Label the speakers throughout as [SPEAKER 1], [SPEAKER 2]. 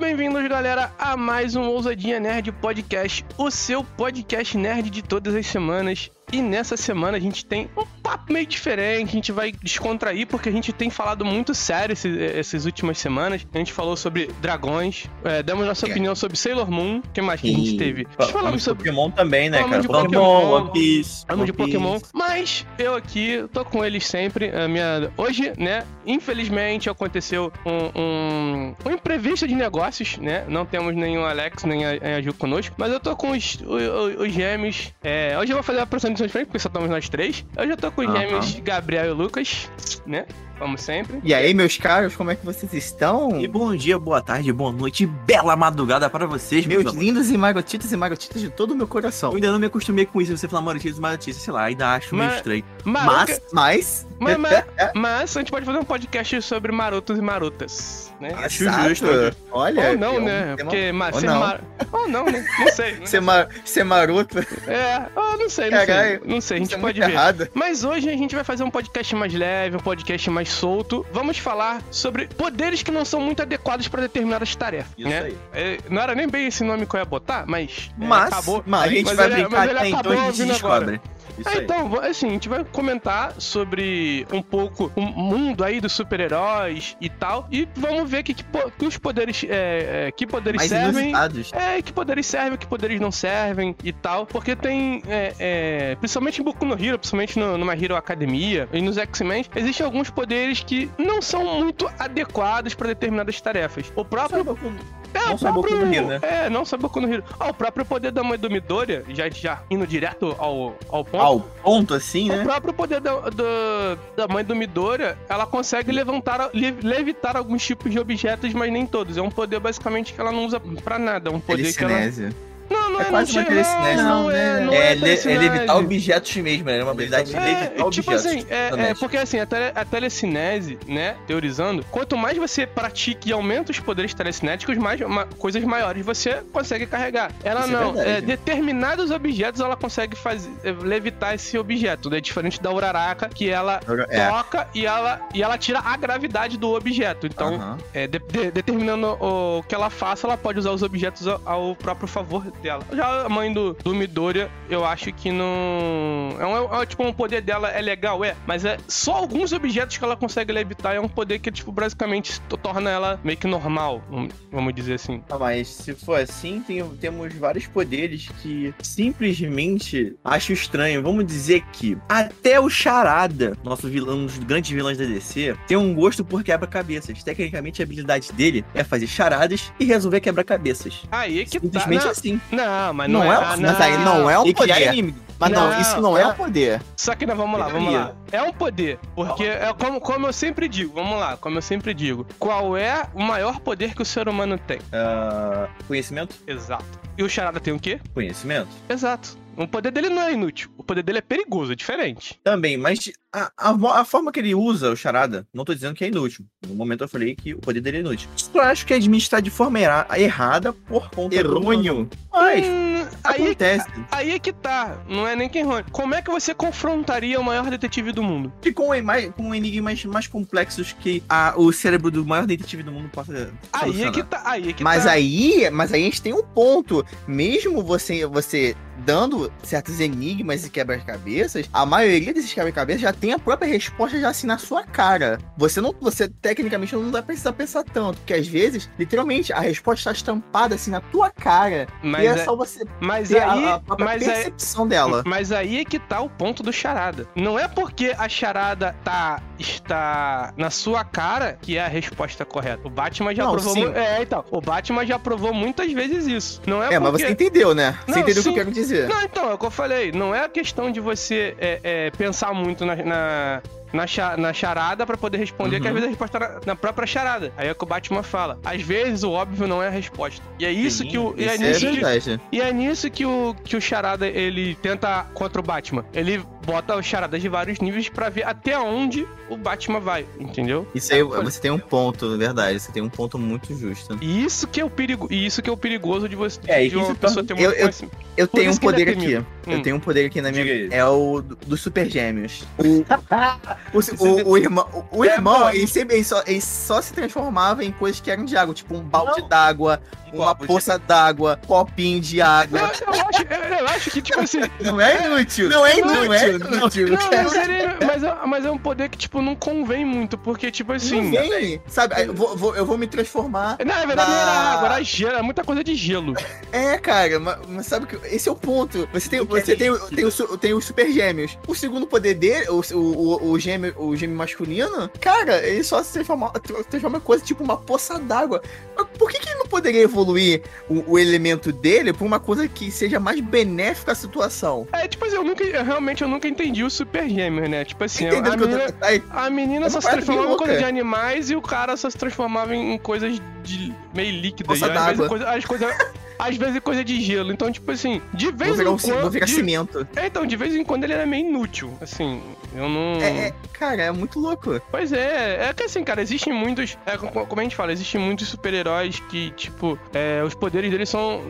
[SPEAKER 1] Bem-vindos, galera, a mais um Ousadinha Nerd Podcast, o seu podcast nerd de todas as semanas. E nessa semana a gente tem um papo meio diferente, a gente vai descontrair porque a gente tem falado muito sério esse- essas últimas semanas. A gente falou sobre dragões, é, demos nossa
[SPEAKER 2] É.
[SPEAKER 1] opinião sobre Sailor Moon, o que mais que a gente
[SPEAKER 3] E
[SPEAKER 1] teve?
[SPEAKER 3] fa-
[SPEAKER 1] Nós
[SPEAKER 3] Falamos
[SPEAKER 1] falamos
[SPEAKER 3] de
[SPEAKER 1] sobre
[SPEAKER 3] Pokémon também, né,
[SPEAKER 1] Falamos
[SPEAKER 3] cara?
[SPEAKER 1] de
[SPEAKER 3] Pokémon,
[SPEAKER 1] Pokémon,
[SPEAKER 3] One Piece.
[SPEAKER 1] Amo de
[SPEAKER 3] One Piece.
[SPEAKER 1] Pokémon, mas eu aqui tô com eles sempre. A minha... Hoje, né? Infelizmente aconteceu um, um, um imprevisto de negócios, né? Não temos nenhum Alex nem a, a Ju conosco, mas eu tô com os, o- o- os gêmeos. é, Hoje eu vou fazer a apresentação diferente, porque só estamos nós três. Hoje eu tô com os
[SPEAKER 2] Aham.
[SPEAKER 1] gêmeos Gabriel e Lucas, né? Como sempre.
[SPEAKER 2] E aí, meus caros, como é que vocês estão?
[SPEAKER 3] E bom dia, boa tarde, boa noite, e bela madrugada pra vocês, meus
[SPEAKER 2] Meus
[SPEAKER 3] amores.
[SPEAKER 2] lindos e magotitos e magotitas de todo o meu
[SPEAKER 3] Eu
[SPEAKER 2] coração.
[SPEAKER 3] ainda não me acostumei com isso, você falar Marotitas e Marotitas, sei lá, ainda acho
[SPEAKER 1] Mas- tá
[SPEAKER 3] meio estranho.
[SPEAKER 1] Maroca-
[SPEAKER 2] Mas, mas, é,
[SPEAKER 1] Mas, mas, mas a gente pode fazer um podcast sobre marotos e marotas, né?
[SPEAKER 3] Acho
[SPEAKER 2] é, Exato.
[SPEAKER 3] justo, né?
[SPEAKER 2] Olha,
[SPEAKER 1] Ou não,
[SPEAKER 2] é um
[SPEAKER 1] né?
[SPEAKER 2] tema-
[SPEAKER 1] Porque ma-
[SPEAKER 2] Ou
[SPEAKER 1] ser
[SPEAKER 2] não.
[SPEAKER 1] mar- Ou não, né? Não sei. né?
[SPEAKER 2] Ser, ma- ser maroto,
[SPEAKER 1] É, ah, não sei, não
[SPEAKER 2] Caralho,
[SPEAKER 1] sei. Não sei, a
[SPEAKER 2] isso
[SPEAKER 1] gente
[SPEAKER 2] é
[SPEAKER 1] pode
[SPEAKER 2] muito
[SPEAKER 1] ver.
[SPEAKER 2] errado.
[SPEAKER 1] Mas hoje a gente vai fazer um podcast mais leve, um podcast mais solto. Vamos falar sobre poderes que não são muito adequados pra determinadas tarefas,
[SPEAKER 3] Isso
[SPEAKER 1] né?
[SPEAKER 3] aí.
[SPEAKER 1] É, não era nem bem esse nome que eu ia botar, mas é,
[SPEAKER 3] Mas-
[SPEAKER 1] acabou.
[SPEAKER 2] mas
[SPEAKER 3] a gente
[SPEAKER 1] mas
[SPEAKER 3] vai
[SPEAKER 1] ele- é- mas
[SPEAKER 3] brincar
[SPEAKER 1] ele
[SPEAKER 3] até então
[SPEAKER 1] acabou
[SPEAKER 3] a gente
[SPEAKER 1] ouvindo agora.
[SPEAKER 3] descobre. Isso
[SPEAKER 1] Ah,
[SPEAKER 3] aí.
[SPEAKER 1] então, vo- assim, a gente vai comentar sobre um pouco o mundo aí dos super-heróis e tal, e vamos ver que, que, po- que os poderes, é, é, que poderes
[SPEAKER 2] Mas
[SPEAKER 1] servem
[SPEAKER 2] inusitados.
[SPEAKER 1] é, que poderes servem, que poderes não servem e tal. Porque tem, é, é, principalmente em Boku no Hero, principalmente no, no My Hero Academia e nos X-Men, existem alguns poderes que não são muito adequados pra determinadas tarefas. O próprio. é,
[SPEAKER 3] não
[SPEAKER 1] o
[SPEAKER 3] só Boku
[SPEAKER 1] próprio-
[SPEAKER 3] no Hero, né?
[SPEAKER 1] É, não só Boku no Hero. Ah, o próprio poder da mãe do Midoriya, já, já indo direto ao, ao ponto.
[SPEAKER 3] Ao ponto assim,
[SPEAKER 1] O
[SPEAKER 3] né?
[SPEAKER 1] próprio poder da, do- da mãe do Midoriya, ela consegue levantar, le- levitar alguns tipos de objetos, mas nem todos. É um poder basicamente que ela não usa pra nada. É um poder que ela
[SPEAKER 2] Telecinésia.
[SPEAKER 1] não, não
[SPEAKER 2] É
[SPEAKER 1] é,
[SPEAKER 2] quase
[SPEAKER 1] não
[SPEAKER 2] uma
[SPEAKER 1] chega-
[SPEAKER 2] telecinese,
[SPEAKER 1] não,
[SPEAKER 2] não,
[SPEAKER 1] é,
[SPEAKER 2] né?
[SPEAKER 1] não é,
[SPEAKER 3] É, le- é
[SPEAKER 1] telecinese.
[SPEAKER 3] levitar objetos mesmo, né? É uma habilidade de
[SPEAKER 1] É,
[SPEAKER 3] levitar
[SPEAKER 1] tipo
[SPEAKER 3] objetos.
[SPEAKER 1] assim, é, é,
[SPEAKER 3] Honesto.
[SPEAKER 1] porque assim, a, tele- a telecinese, né, teorizando, quanto mais você pratica e aumenta os poderes telecinéticos, mais ma- coisas maiores você consegue carregar. Ela
[SPEAKER 2] Isso é
[SPEAKER 1] não,
[SPEAKER 2] verdade.
[SPEAKER 1] é, determinados objetos ela consegue fazer, é, levitar esse objeto, né, diferente da Uraraka, que ela
[SPEAKER 2] É.
[SPEAKER 1] toca e ela, e ela tira a gravidade do objeto. Então,
[SPEAKER 2] aham.
[SPEAKER 1] é, de- de- determinando o que ela faça, ela pode usar os objetos ao, ao próprio favor dela. Já a mãe do, do Midoriya, eu acho que não. É, um, é um- tipo, um poder dela é legal, é, mas é só alguns objetos que ela consegue levitar. É um poder que, tipo, basicamente to- torna ela meio que normal, vamos- vamos dizer assim.
[SPEAKER 3] Ah, mas se for assim, tem- temos vários poderes que simplesmente acho estranho. Vamos dizer que até o Charada, nosso vilão, um dos grandes vilões da DC, tem um gosto por quebra-cabeças. Tecnicamente, a habilidade dele é fazer charadas e resolver quebra-cabeças.
[SPEAKER 1] Aí é que tá.
[SPEAKER 3] Simplesmente
[SPEAKER 1] Não,
[SPEAKER 3] assim.
[SPEAKER 1] não, mas não,
[SPEAKER 4] Não
[SPEAKER 1] é.
[SPEAKER 4] é-
[SPEAKER 1] ah,
[SPEAKER 4] mas aí não é um
[SPEAKER 3] E criar
[SPEAKER 4] poder.
[SPEAKER 3] inimigo.
[SPEAKER 4] Mas não,
[SPEAKER 1] Não,
[SPEAKER 4] isso não é
[SPEAKER 1] é.
[SPEAKER 4] um poder.
[SPEAKER 1] Só que não, vamos lá, vamos lá.
[SPEAKER 3] Deveria.
[SPEAKER 1] É um poder, porque é como, como eu sempre digo, vamos lá, como eu sempre digo. Qual é o maior poder que o ser humano tem?
[SPEAKER 3] Ah, conhecimento?
[SPEAKER 1] Exato. E o Charada tem o quê?
[SPEAKER 3] Conhecimento.
[SPEAKER 1] Exato. O poder dele não é inútil. O poder dele é perigoso, é diferente.
[SPEAKER 3] Também, mas a, a, mo- a forma que ele usa o charada, não tô dizendo que é inútil. No momento eu falei que o poder dele é inútil. Só acho que é administrar de forma era- errada por conta
[SPEAKER 2] Errôneo.
[SPEAKER 3] do. Mas
[SPEAKER 1] Hum, aí,
[SPEAKER 3] acontece.
[SPEAKER 1] aí é que tá. Não é nem quem rone. Como é que você confrontaria o maior detetive do mundo?
[SPEAKER 3] E com, em- mais, um com enigmas mais complexos que a- o cérebro do maior detetive do mundo possa.
[SPEAKER 1] Aí é
[SPEAKER 3] solucionar.
[SPEAKER 1] que tá. Aí é que
[SPEAKER 2] Mas
[SPEAKER 1] tá.
[SPEAKER 2] aí, mas aí a gente tem um ponto. Mesmo você, você dando certos enigmas e quebra-cabeças, a maioria desses quebra-cabeças já tem a própria resposta já assim na sua cara. Você não, você tecnicamente não vai precisar pensar tanto, porque às vezes, literalmente, a resposta está estampada assim na tua cara.
[SPEAKER 1] Mas,
[SPEAKER 2] e é,
[SPEAKER 1] é-
[SPEAKER 2] só você
[SPEAKER 1] mas
[SPEAKER 2] ter
[SPEAKER 1] aí.
[SPEAKER 2] a, a própria
[SPEAKER 1] mas aí.
[SPEAKER 2] percepção dela.
[SPEAKER 1] Mas aí é que tá o ponto do charada. Não é porque a charada tá está na sua cara que é a resposta correta. O Batman já
[SPEAKER 2] Não,
[SPEAKER 1] provou
[SPEAKER 2] sim.
[SPEAKER 1] mu- é, então, o Batman já provou muitas vezes isso. Não é, porque
[SPEAKER 2] É, mas você entendeu, né?
[SPEAKER 1] Não,
[SPEAKER 2] você entendeu
[SPEAKER 1] sim.
[SPEAKER 2] o que eu quero dizer.
[SPEAKER 1] Não, então, é o que eu falei. Não é a questão de você é, é, pensar muito na, na, na, cha- na charada pra poder responder,
[SPEAKER 3] Uhum.
[SPEAKER 1] que às vezes a resposta tá na, na própria charada. Aí é o que o Batman fala. Às vezes o óbvio não é a resposta. E é isso
[SPEAKER 3] Sim,
[SPEAKER 1] que o. E é,
[SPEAKER 3] isso
[SPEAKER 2] É
[SPEAKER 1] nisso que,
[SPEAKER 2] verdade.
[SPEAKER 1] e é nisso que o, que o charada ele tenta contra o Batman. Ele bota os charadas de vários níveis pra ver até onde o Batman vai, entendeu?
[SPEAKER 2] Isso aí, você tem um ponto, na verdade. Você tem um ponto muito justo.
[SPEAKER 1] E isso que é o perigo, e isso que é o perigoso de você
[SPEAKER 3] É,
[SPEAKER 1] de
[SPEAKER 3] isso
[SPEAKER 1] uma
[SPEAKER 3] torna-
[SPEAKER 1] pessoa ter muito
[SPEAKER 2] eu- eu-
[SPEAKER 1] conhecimento.
[SPEAKER 2] Eu
[SPEAKER 1] Por
[SPEAKER 2] tenho um
[SPEAKER 1] isso que ele é
[SPEAKER 2] poder aqui.
[SPEAKER 1] temido. Hum.
[SPEAKER 2] Eu tenho um poder aqui na
[SPEAKER 3] Diga aí.
[SPEAKER 2] minha. É o do- dos Super Gêmeos. O, o, o, o irmão, o- o
[SPEAKER 3] É,
[SPEAKER 2] irmão
[SPEAKER 3] mano.
[SPEAKER 2] ele, sempre, ele só, ele só se transformava em coisas que eram de água, tipo um balde
[SPEAKER 3] Não.
[SPEAKER 2] d'água, uma poça d'água, copinho de água.
[SPEAKER 1] Eu, eu acho, eu, eu acho que, tipo assim.
[SPEAKER 2] Não é inútil. Não é inútil. Não é inútil.
[SPEAKER 1] Não, mas, ele- mas é, mas é um poder que, tipo, não convém muito, porque, tipo assim.
[SPEAKER 2] Não vem, sabe? Aí Eu vou, vou- eu vou me transformar.
[SPEAKER 1] Não, na verdade, não era
[SPEAKER 2] Ah.
[SPEAKER 1] água, era gelo, era muita coisa de gelo.
[SPEAKER 2] É, cara, ma- mas, sabe que esse é o ponto. Você tem,
[SPEAKER 3] Porque
[SPEAKER 2] você
[SPEAKER 3] é
[SPEAKER 2] tem,
[SPEAKER 3] líquido.
[SPEAKER 2] tem, o, su- tem os super gêmeos. O segundo poder dele, o, o, o, o gêmeo, o gêmeo masculino, cara, ele só se transforma, tra- transforma em coisa tipo uma poça d'água. Mas Por que, que ele não poderia evoluir o, o elemento dele pra uma coisa que seja mais benéfica à situação?
[SPEAKER 1] É, tipo assim, eu nunca. eu realmente eu nunca entendi o Super Gêmeo, né? Tipo assim,
[SPEAKER 2] Entendeu
[SPEAKER 1] a
[SPEAKER 2] o que eu
[SPEAKER 1] menina,
[SPEAKER 2] tô aí,
[SPEAKER 1] a menina
[SPEAKER 2] É
[SPEAKER 1] só
[SPEAKER 2] uma
[SPEAKER 1] se
[SPEAKER 2] parada bem
[SPEAKER 1] transformava em
[SPEAKER 2] louca.
[SPEAKER 1] coisa de animais e o cara só se transformava em em coisas de meio líquidas.
[SPEAKER 2] Poça
[SPEAKER 1] e às vezes
[SPEAKER 2] d'água.
[SPEAKER 1] coisa, as coisas. Às vezes coisa de gelo. Então, tipo assim, de
[SPEAKER 2] Vou
[SPEAKER 1] vez em
[SPEAKER 2] virar, um, ci- vou
[SPEAKER 1] quando.
[SPEAKER 2] virar
[SPEAKER 1] de,
[SPEAKER 2] cimento.
[SPEAKER 1] é, então, de vez em quando ele era meio inútil. Assim, eu não.
[SPEAKER 2] É, é, cara, é muito louco.
[SPEAKER 1] Pois é, é que assim, cara, existem muitos. é, co- co- como a gente fala, existem muitos super-heróis que, tipo, é, os poderes deles são.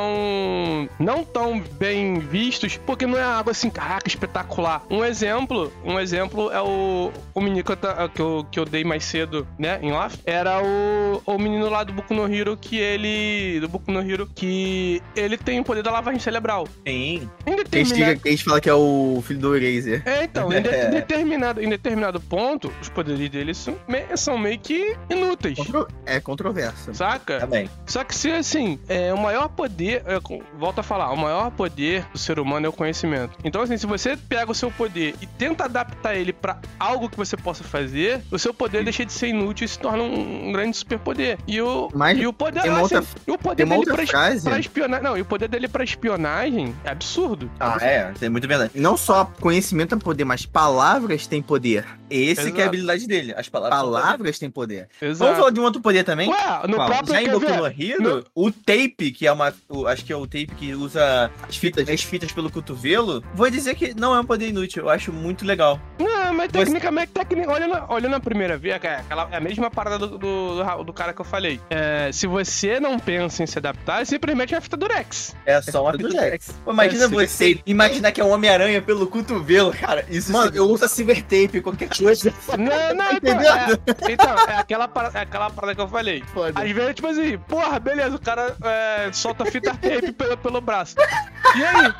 [SPEAKER 1] são. não tão bem vistos, porque não é algo assim, caraca, espetacular. Um exemplo, um exemplo é o. O menino que eu, ta- que eu, que eu dei mais cedo, né, em off, era o, o menino lá do Boku no Hero que ele. do Boku no Hero, que ele tem o poder da lavagem cerebral.
[SPEAKER 3] Tem.
[SPEAKER 1] Em
[SPEAKER 2] Eles,
[SPEAKER 1] determinado
[SPEAKER 2] digam- eles falam que é o filho do Eraser.
[SPEAKER 1] é, então, em, de-
[SPEAKER 3] É.
[SPEAKER 1] em determinado, em determinado ponto, os poderes dele são, me- são meio que inúteis.
[SPEAKER 2] Contro- É controverso.
[SPEAKER 3] Tá
[SPEAKER 1] Saca?
[SPEAKER 3] bem.
[SPEAKER 1] Só que se assim, é, o maior poder. É, com- volto a falar, o maior poder do ser humano é o conhecimento. Então, assim, se você pega o seu poder e tenta adaptar ele pra algo que você possa fazer, o seu poder deixa de ser inútil e se torna um, um grande superpoder. E o,
[SPEAKER 2] Mas
[SPEAKER 1] e o poder.
[SPEAKER 2] tem uma
[SPEAKER 1] assim,
[SPEAKER 2] outra-
[SPEAKER 1] e o poder
[SPEAKER 2] Tem uma
[SPEAKER 1] dele
[SPEAKER 2] outra
[SPEAKER 1] pra, es-
[SPEAKER 2] frase.
[SPEAKER 1] pra espionagem. Não, e o poder dele pra espionagem é absurdo.
[SPEAKER 3] Ah,
[SPEAKER 2] Tá.
[SPEAKER 3] é. Isso é muito verdade.
[SPEAKER 2] Não só conhecimento tem poder, mas palavras têm poder.
[SPEAKER 3] Esse que é a
[SPEAKER 1] Exato.
[SPEAKER 3] habilidade dele. As palavras.
[SPEAKER 2] Palavras têm poder.
[SPEAKER 3] Vamos
[SPEAKER 1] Exato.
[SPEAKER 3] falar de um outro poder também?
[SPEAKER 1] Ué, no
[SPEAKER 3] Qual?
[SPEAKER 1] próprio.
[SPEAKER 3] Já em
[SPEAKER 1] quer
[SPEAKER 3] Boku
[SPEAKER 1] ver?
[SPEAKER 3] no Hero,
[SPEAKER 1] No-
[SPEAKER 3] o tape, que é uma. o- acho que é o tape que usa as fitas, as fitas pelo cotovelo. Vou dizer que não é um poder inútil. Eu acho muito legal.
[SPEAKER 1] Não, mas
[SPEAKER 3] Você-
[SPEAKER 1] tecnicamente, tecni- olhando, olhando a primeira vez, é aquela- é a mesma parada do, do, do Ra- do cara que eu falei. É, se você não pensa em se adaptar, simplesmente é a fita durex.
[SPEAKER 3] É só uma
[SPEAKER 2] fita
[SPEAKER 3] fita
[SPEAKER 2] do
[SPEAKER 3] Dex. Pô, imagina
[SPEAKER 1] Esse-
[SPEAKER 3] você imaginar que é um Homem-Aranha pelo cotovelo, cara. Isso
[SPEAKER 2] Mano,
[SPEAKER 3] sim-
[SPEAKER 2] eu uso a silver tape, qualquer coisa.
[SPEAKER 3] tá
[SPEAKER 1] Não, não, então, é, então, é aquela parada, é aquela parada que eu falei.
[SPEAKER 2] Foda.
[SPEAKER 1] Às vezes, tipo assim, porra, beleza, o cara é, solta fita tape pelo, pelo braço. E aí?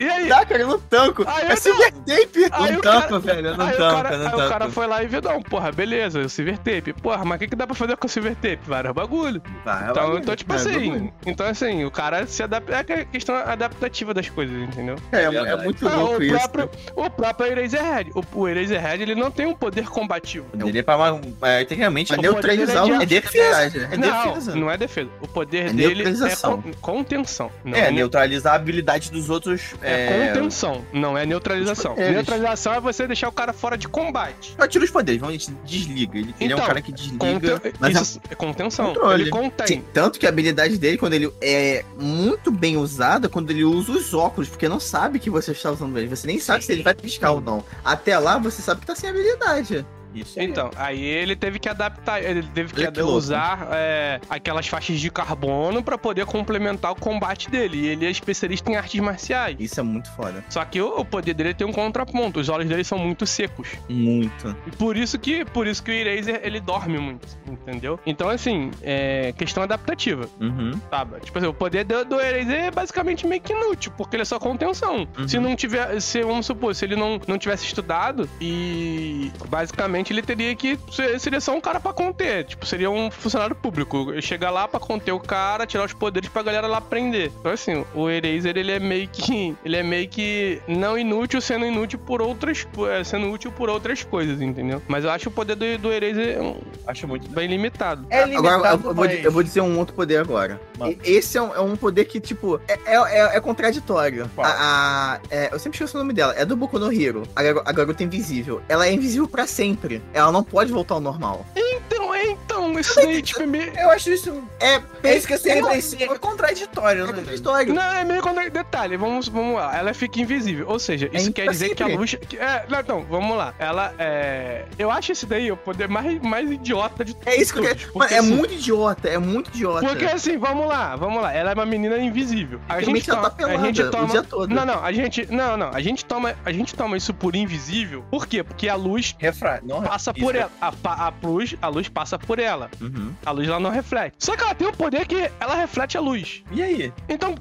[SPEAKER 1] E aí?
[SPEAKER 2] Dá, Tá, cara, eu não tanco.
[SPEAKER 1] Aí
[SPEAKER 2] é
[SPEAKER 1] eu
[SPEAKER 2] silver tape.
[SPEAKER 1] Aí
[SPEAKER 3] não
[SPEAKER 1] o cara-
[SPEAKER 3] tampa, velho. Não
[SPEAKER 1] aí o
[SPEAKER 3] tampa,
[SPEAKER 1] cara,
[SPEAKER 3] não
[SPEAKER 1] aí
[SPEAKER 3] tampa.
[SPEAKER 1] o cara foi lá e viu, não, porra, beleza, o silver tape. Porra, mas o que, que dá pra fazer com o silver tape? Vários bagulho.
[SPEAKER 3] Vai,
[SPEAKER 1] Então,
[SPEAKER 3] vai.
[SPEAKER 1] então, tipo
[SPEAKER 2] é,
[SPEAKER 1] assim,
[SPEAKER 2] bagulho.
[SPEAKER 1] então assim, o cara se adapta. É a questão adaptativa das coisas, entendeu?
[SPEAKER 2] É, é
[SPEAKER 3] verdade.
[SPEAKER 2] muito
[SPEAKER 1] Ah,
[SPEAKER 2] louco
[SPEAKER 1] o,
[SPEAKER 2] isso.
[SPEAKER 1] próprio, o próprio Eraserhead. O, o Eraserhead, ele não tem um poder combativo.
[SPEAKER 3] O poder é pra uma. É, tem realmente.
[SPEAKER 2] Pra
[SPEAKER 1] o poder
[SPEAKER 2] neutralizar
[SPEAKER 1] dele é
[SPEAKER 2] o
[SPEAKER 1] de-
[SPEAKER 2] é defesa.
[SPEAKER 3] É
[SPEAKER 1] não,
[SPEAKER 3] defesa.
[SPEAKER 1] não é defesa. O poder
[SPEAKER 2] É
[SPEAKER 1] dele é
[SPEAKER 2] neutralização.
[SPEAKER 1] con- contenção. Não
[SPEAKER 3] É,
[SPEAKER 1] é, ne-
[SPEAKER 3] neutralizar a habilidade dos outros.
[SPEAKER 1] é
[SPEAKER 3] É,
[SPEAKER 1] contenção, não é neutralização.
[SPEAKER 2] Os poderes.
[SPEAKER 1] Neutralização é você deixar o cara fora de combate.
[SPEAKER 3] Só tira os poderes, vamos, a gente desliga. Ele, ele é um
[SPEAKER 1] Então,
[SPEAKER 3] cara que desliga.
[SPEAKER 1] Conte-
[SPEAKER 2] mas
[SPEAKER 1] isso é contenção.
[SPEAKER 2] controle.
[SPEAKER 1] Ele contém.
[SPEAKER 2] Sim, tanto que a habilidade dele, quando ele é muito bem usada, é quando ele usa os óculos, porque não sabe que você está usando ele. Você nem sabe se ele vai piscar ou não. Até lá, você sabe que tá sem habilidade.
[SPEAKER 3] Isso aí.
[SPEAKER 1] Então, aí ele teve que adaptar, ele teve que,
[SPEAKER 2] Olha que
[SPEAKER 1] ad-
[SPEAKER 2] louco.
[SPEAKER 1] usar é, aquelas faixas de carbono pra poder complementar o combate dele. E ele é especialista em artes marciais.
[SPEAKER 2] Isso é muito foda.
[SPEAKER 1] Só que o, o poder dele tem um contraponto, os olhos dele são muito secos.
[SPEAKER 2] Muito.
[SPEAKER 1] E por isso que, por isso que o Eraser, ele dorme muito, entendeu? Então, assim, é questão adaptativa,
[SPEAKER 3] Uhum.
[SPEAKER 1] sabe? Tipo assim, o poder do, do Eraser é basicamente meio que inútil, porque ele é só contenção.
[SPEAKER 3] Uhum.
[SPEAKER 1] Se não tiver, se, vamos supor, se ele não, não tivesse estudado e basicamente ele teria que, ser- seria só um cara pra conter, tipo, seria um funcionário público. Chegar lá pra conter o cara, tirar os poderes pra galera lá prender. Então, assim, o Eraser, ele é meio que, ele é meio que não inútil, sendo inútil por outras, co- é, sendo útil por outras coisas, entendeu? Mas eu acho o poder do, do Eraser um-
[SPEAKER 3] Acho muito.
[SPEAKER 1] bem limitado.
[SPEAKER 3] É
[SPEAKER 2] Agora, eu, eu vou, eu vou dizer um outro poder agora.
[SPEAKER 3] Manda.
[SPEAKER 2] E- Esse é um, é um poder que, tipo, é, é- é- é contraditório.
[SPEAKER 3] Qual?
[SPEAKER 2] A- a- é, eu sempre esqueço o nome dela. É do Boku no Hero. A, garo- a garota invisível. Ela é invisível pra sempre. Ela não pode voltar ao normal.
[SPEAKER 1] Então, é, então, Então, isso aí, tipo, é meio.
[SPEAKER 3] Eu acho isso.
[SPEAKER 2] É,
[SPEAKER 3] É isso que eu sempre
[SPEAKER 2] é,
[SPEAKER 3] pensei. É contraditório,
[SPEAKER 2] é
[SPEAKER 3] né? velho?
[SPEAKER 2] contraditório.
[SPEAKER 1] Não, é meio quando. Detalhe, vamos, vamos lá. Ela fica invisível. Ou seja,
[SPEAKER 2] É
[SPEAKER 1] isso quer dizer que a
[SPEAKER 2] impossível.
[SPEAKER 1] luz. que- é, não, então, vamos lá. Ela é. Eu acho esse daí o poder mais, mais idiota de
[SPEAKER 2] É isso que eu
[SPEAKER 1] todos,
[SPEAKER 2] quero.
[SPEAKER 1] porque,
[SPEAKER 2] Mano, é
[SPEAKER 1] assim,
[SPEAKER 2] muito idiota, é muito idiota.
[SPEAKER 1] Porque assim, vamos lá, vamos lá. Ela é uma menina invisível. A gente,
[SPEAKER 2] Realmente ela
[SPEAKER 1] toma,
[SPEAKER 2] tá
[SPEAKER 1] a
[SPEAKER 2] pelada
[SPEAKER 1] gente
[SPEAKER 2] o
[SPEAKER 1] toma.
[SPEAKER 2] dia todo.
[SPEAKER 1] Não, não, a gente. Não, não. A gente toma, a gente toma isso por invisível. Por quê? Porque a luz
[SPEAKER 3] Refra... Não,
[SPEAKER 1] passa
[SPEAKER 3] isso
[SPEAKER 1] por
[SPEAKER 3] é-
[SPEAKER 1] ela. A, pa- a luz, a luz passa por ela.
[SPEAKER 3] Uhum.
[SPEAKER 1] A luz ela não reflete. Só que ela tem o poder que ela reflete a luz.
[SPEAKER 3] E aí?
[SPEAKER 1] Então,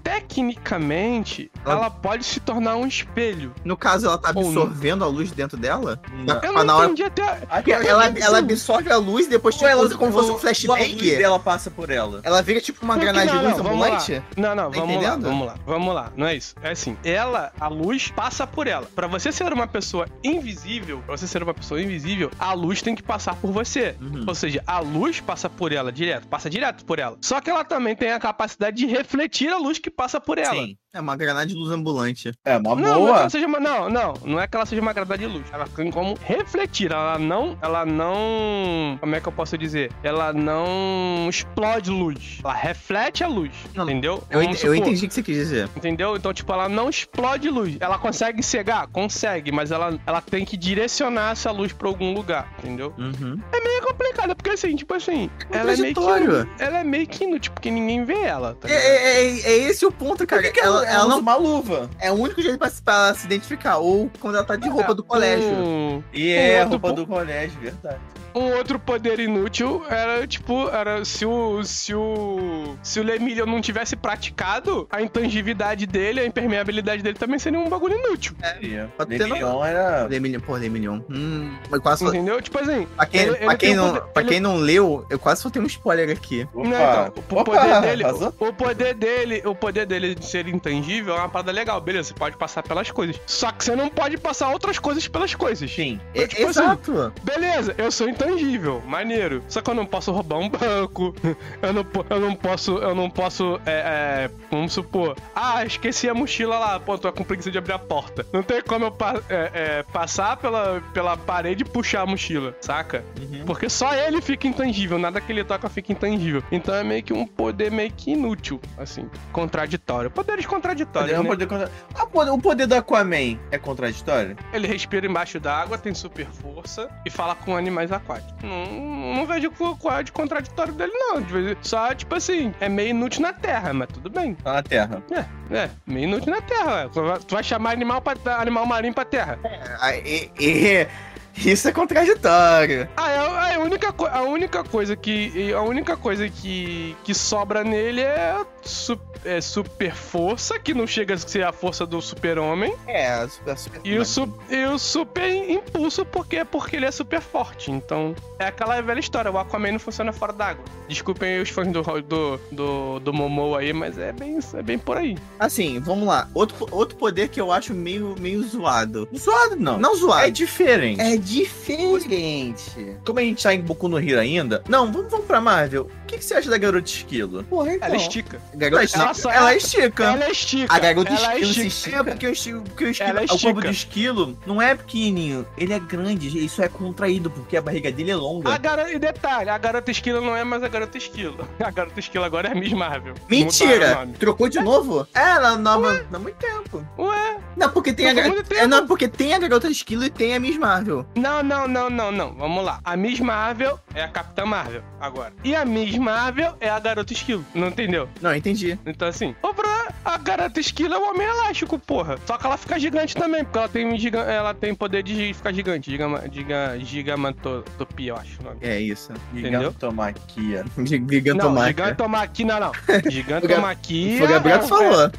[SPEAKER 1] tecnicamente,
[SPEAKER 2] Ela-
[SPEAKER 1] ela pode se tornar um espelho.
[SPEAKER 2] No caso, ela tá
[SPEAKER 1] Ou não.
[SPEAKER 2] absorvendo a luz dentro dela?
[SPEAKER 3] Não.
[SPEAKER 1] Eu
[SPEAKER 2] Ah,
[SPEAKER 1] não
[SPEAKER 2] na hora-
[SPEAKER 1] entendi até.
[SPEAKER 3] Acho
[SPEAKER 2] Porque
[SPEAKER 3] que
[SPEAKER 2] ela,
[SPEAKER 1] é
[SPEAKER 2] ela absorve a luz e depois tipo,
[SPEAKER 3] Ou ela-
[SPEAKER 2] usa como se fosse
[SPEAKER 3] ou-
[SPEAKER 2] um
[SPEAKER 3] ou a luz
[SPEAKER 2] flashbang.
[SPEAKER 3] dela passa por ela.
[SPEAKER 2] Ela vira tipo uma
[SPEAKER 1] Não,
[SPEAKER 2] granada de
[SPEAKER 1] não,
[SPEAKER 2] luz
[SPEAKER 1] não, vamos lá.
[SPEAKER 2] ambulante.
[SPEAKER 1] Não, não,
[SPEAKER 2] Tá
[SPEAKER 1] vamos lá,
[SPEAKER 2] entendendo?
[SPEAKER 1] vamos lá, vamos lá. Não é isso. É assim, ela, a luz passa por ela. Pra você ser uma pessoa invisível, pra você ser uma pessoa invisível, a luz tem que passar por você.
[SPEAKER 3] Uhum.
[SPEAKER 1] Ou seja, a luz passa por ela direto, passa direto por ela. Só que ela também tem a capacidade de refletir a luz que passa por ela.
[SPEAKER 3] Sim.
[SPEAKER 2] É uma granada de luz ambulante.
[SPEAKER 3] É
[SPEAKER 1] Não,
[SPEAKER 3] uma
[SPEAKER 1] não é que
[SPEAKER 3] boa.
[SPEAKER 1] ela seja uma, não, não, não é que ela seja uma granada de luz. Ela tem como refletir, ela não, ela não, como é que eu posso dizer? Ela não explode luz, ela reflete a luz,
[SPEAKER 2] Não,
[SPEAKER 1] entendeu?
[SPEAKER 2] Eu,
[SPEAKER 1] Vamos
[SPEAKER 2] ent- eu
[SPEAKER 1] supor,
[SPEAKER 2] entendi o que você quis dizer.
[SPEAKER 1] Entendeu? Então, tipo, ela não explode luz. Ela consegue cegar? Consegue, mas ela, ela tem que direcionar essa luz pra algum lugar, entendeu?
[SPEAKER 3] Uhum.
[SPEAKER 1] É complicado, porque assim, tipo assim, ela é meio que.
[SPEAKER 2] contraditório.
[SPEAKER 1] Ela é meio que inútil, porque ninguém vê ela, tá
[SPEAKER 2] É,
[SPEAKER 1] ligado?
[SPEAKER 2] é, é- é esse o ponto, cara.
[SPEAKER 3] Por que que
[SPEAKER 2] ela, ela
[SPEAKER 3] usa
[SPEAKER 2] não
[SPEAKER 3] uma luva?
[SPEAKER 2] é o único jeito pra, se- pra se identificar. Ou quando ela tá
[SPEAKER 1] Ah,
[SPEAKER 2] de roupa do colégio.
[SPEAKER 1] Hum.
[SPEAKER 3] E é a
[SPEAKER 1] outro
[SPEAKER 3] roupa
[SPEAKER 1] po-
[SPEAKER 3] do colégio, verdade.
[SPEAKER 1] Um outro poder inútil era, tipo, era se o. Se o. Se o Lemillion não tivesse praticado, a intangibilidade dele, a impermeabilidade dele também seria um bagulho inútil.
[SPEAKER 3] É.
[SPEAKER 2] Pode ter
[SPEAKER 3] Leão era.
[SPEAKER 2] Lemillion, pô, Lemillion. Hum, eu quase.
[SPEAKER 1] Entendeu? Tipo assim.
[SPEAKER 2] Pra quem,
[SPEAKER 1] Ele-
[SPEAKER 2] pra
[SPEAKER 1] ele
[SPEAKER 2] quem
[SPEAKER 1] tem um
[SPEAKER 2] não,
[SPEAKER 1] poder-
[SPEAKER 2] pra
[SPEAKER 1] ele-
[SPEAKER 2] quem não leu, eu quase soltei um spoiler aqui.
[SPEAKER 3] Opa.
[SPEAKER 1] Não, então, o
[SPEAKER 3] Opa,
[SPEAKER 1] poder dele.
[SPEAKER 3] vazou?
[SPEAKER 1] O poder dele, o poder dele de ser intangível é uma parada legal, beleza, você pode passar pelas coisas. Só que você não pode passar outras coisas pelas coisas.
[SPEAKER 3] Sim.
[SPEAKER 2] É-
[SPEAKER 1] tipo assim,
[SPEAKER 2] Exato.
[SPEAKER 1] Beleza, eu sou intangível, maneiro. Só que eu não posso roubar um banco. Eu não, po- eu não posso, eu não posso, é, é, vamos supor. Ah, esqueci a mochila lá. Pô, tô com preguiça de abrir a porta. Não tem como eu pa- é, é, passar pela, pela parede e puxar a mochila, saca?
[SPEAKER 3] Uhum.
[SPEAKER 1] Porque só ele fica intangível, nada que ele toca fica intangível. Então é meio que um poder meio que inútil, assim, contraditório. Poderes contraditórios,
[SPEAKER 3] Poder-
[SPEAKER 1] né?
[SPEAKER 3] poder contra- Ah, poder- o poder do Aquaman é contraditório?
[SPEAKER 1] Ele respira embaixo d'água, tem super força e fala com animais aquáticos. Não, não vejo qual qual é de contraditório dele, não. De vez em- Só, tipo assim, é meio inútil na Terra, mas tudo bem.
[SPEAKER 3] Tá na Terra.
[SPEAKER 1] É, é meio inútil na Terra. ué. Tu vai- Tu vai chamar animal, pra, animal marinho pra Terra.
[SPEAKER 2] Ah, e- e- isso é contraditório.
[SPEAKER 1] Ah, é, a- a única, co- a única coisa que. A única coisa que, que sobra nele é, su- é super força, que não chega a ser a força do super-homem.
[SPEAKER 2] É, a super, a super-
[SPEAKER 1] E, o su- e o super impulso, porque é porque ele é super forte. Então, é aquela velha história, o Aquaman não funciona fora d'água. Desculpem os fãs do, do, do, do Momou aí, mas é bem, isso, é bem por aí.
[SPEAKER 2] Assim, vamos lá. Outro, outro poder que eu acho meio, meio zoado.
[SPEAKER 3] Zoado não.
[SPEAKER 2] Não
[SPEAKER 3] É
[SPEAKER 2] zoado.
[SPEAKER 3] diferente.
[SPEAKER 2] É, diferente.
[SPEAKER 3] Como a gente tá em Boku no Hero ainda. Não, vamos, vamos pra Marvel. O que, que você acha da garota esquilo?
[SPEAKER 2] Porra, então.
[SPEAKER 1] Ela estica.
[SPEAKER 2] Garota-
[SPEAKER 1] ela
[SPEAKER 2] não,
[SPEAKER 1] só-
[SPEAKER 2] ela estica.
[SPEAKER 1] Ela estica.
[SPEAKER 2] A garota
[SPEAKER 1] ela
[SPEAKER 2] esquilo
[SPEAKER 1] estica.
[SPEAKER 2] se
[SPEAKER 3] É,
[SPEAKER 2] estica.
[SPEAKER 3] porque o, esquilo, porque o, esquilo-
[SPEAKER 2] É
[SPEAKER 1] Ela
[SPEAKER 3] o corpo
[SPEAKER 1] estica.
[SPEAKER 3] do esquilo não é pequenininho, ele é grande, isso é contraído, porque a barriga dele é
[SPEAKER 1] A
[SPEAKER 3] longa.
[SPEAKER 1] garota, e detalhe, a garota esquilo não é mais a garota esquilo. A garota esquilo agora é Miss Marvel. Mudaram o
[SPEAKER 2] Mentira!
[SPEAKER 1] nome.
[SPEAKER 2] Trocou de novo?
[SPEAKER 3] É, na nova. Não há muito tempo.
[SPEAKER 1] Ué?
[SPEAKER 2] Não, porque tem a
[SPEAKER 1] Trocou
[SPEAKER 2] garota.
[SPEAKER 1] muito tempo.
[SPEAKER 2] É, não, porque tem a garota esquilo e tem a Miss Marvel.
[SPEAKER 1] Não, não, não, não, não. Vamos lá. A Miss Marvel é a Capitã Marvel agora. E a Miss Marvel é a garota esquilo. Não entendeu?
[SPEAKER 2] Não, entendi.
[SPEAKER 1] Então assim, o pra a garota esquilo é o homem elástico, porra. Só que ela fica gigante também, porque ela tem, um giga, ela tem poder de gi- ficar gigante. Gigama, giga, gigamantopia, eu acho o nome.
[SPEAKER 2] É isso.
[SPEAKER 1] Entendeu?
[SPEAKER 3] Gigantomaquia.
[SPEAKER 1] Não,
[SPEAKER 2] Gigantomaca.
[SPEAKER 1] gigantomaquia, não, não. Gigantomaquia.
[SPEAKER 2] né? Foi o Gabriel que
[SPEAKER 1] é um-
[SPEAKER 2] falou.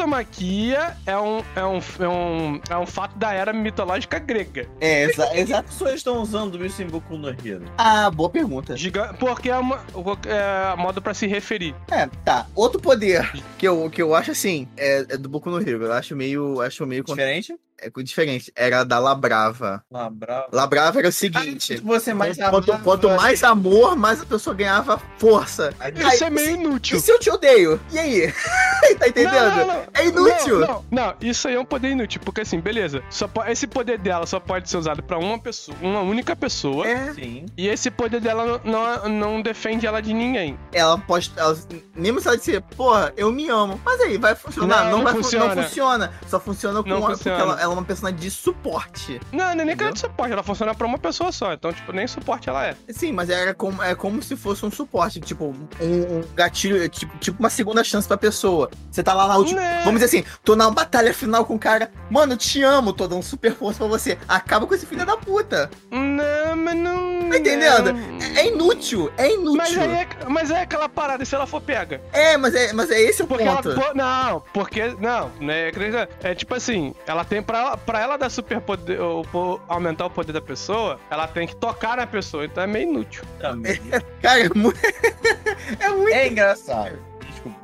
[SPEAKER 1] Gigantomaquia é um, é, um, é, um, é um fato da era mitológica grega.
[SPEAKER 2] É, exa-
[SPEAKER 3] As
[SPEAKER 2] exato.
[SPEAKER 3] pessoas estão usando isso em Boku no Hero.
[SPEAKER 2] Ah, boa pergunta.
[SPEAKER 1] Giga porque é, uma, é modo pra se referir.
[SPEAKER 2] É, tá. Outro poder que eu, que eu acho assim, é, é do Boku no Hero. Eu acho meio. Acho meio contra-
[SPEAKER 3] Diferente?
[SPEAKER 2] é diferente. Era a da Labrava.
[SPEAKER 3] Labrar.
[SPEAKER 2] Labrava era o
[SPEAKER 3] Quanto
[SPEAKER 2] seguinte.
[SPEAKER 3] você é mais
[SPEAKER 2] Quanto,
[SPEAKER 3] amava-
[SPEAKER 2] quanto mais amor, mais a pessoa ganhava força.
[SPEAKER 3] Aí-
[SPEAKER 1] Isso é meio inútil.
[SPEAKER 2] E se eu te odeio? E aí? tá entendendo?
[SPEAKER 1] Não, não, não.
[SPEAKER 2] É inútil.
[SPEAKER 1] Não, não, não, isso aí é um poder inútil, porque assim, beleza, só po- esse poder dela só pode ser usado pra uma pessoa, uma única pessoa,
[SPEAKER 2] É,
[SPEAKER 3] Sim.
[SPEAKER 1] e esse poder dela não, não defende ela de ninguém.
[SPEAKER 2] ela pode. Ela, mesmo se ela disser, porra, eu me amo. Mas aí, vai
[SPEAKER 1] Não,
[SPEAKER 2] funcionar? Não,
[SPEAKER 1] não
[SPEAKER 2] vai
[SPEAKER 1] funciona.
[SPEAKER 2] funciona. não funciona. Só funciona com
[SPEAKER 1] Não
[SPEAKER 2] uma,
[SPEAKER 1] funciona.
[SPEAKER 2] porque ela, ela é uma personagem de suporte.
[SPEAKER 1] Não, não é nem que ela
[SPEAKER 2] Entendeu?
[SPEAKER 1] de suporte, ela funciona pra uma pessoa só, então, tipo, nem suporte ela é.
[SPEAKER 2] Sim, mas era como, é como se fosse um suporte, tipo, um, um gatilho, é tipo, tipo uma segunda chance pra pessoa. Você tá lá na última.
[SPEAKER 1] Né?
[SPEAKER 2] Vamos dizer assim, tô na batalha final com o cara. Mano, eu te amo, tô dando super força pra você. Acaba com esse filho da puta.
[SPEAKER 1] Não, mas não.
[SPEAKER 2] Tá entendendo?
[SPEAKER 1] não.
[SPEAKER 2] É inútil, é inútil.
[SPEAKER 1] Mas aí é, mas é aquela parada, e se ela for pega.
[SPEAKER 2] É, mas é, mas é esse o
[SPEAKER 1] Porque ela.
[SPEAKER 2] ponto.
[SPEAKER 1] po- Não, porque. Não, né? acredita- É tipo assim, ela tem pra, pra ela dar super poder. Ou, po- aumentar o poder da pessoa, ela tem que tocar na pessoa, então é meio inútil.
[SPEAKER 3] Também.
[SPEAKER 2] Cara, é muito. é muito.
[SPEAKER 3] É engraçado. Desculpa.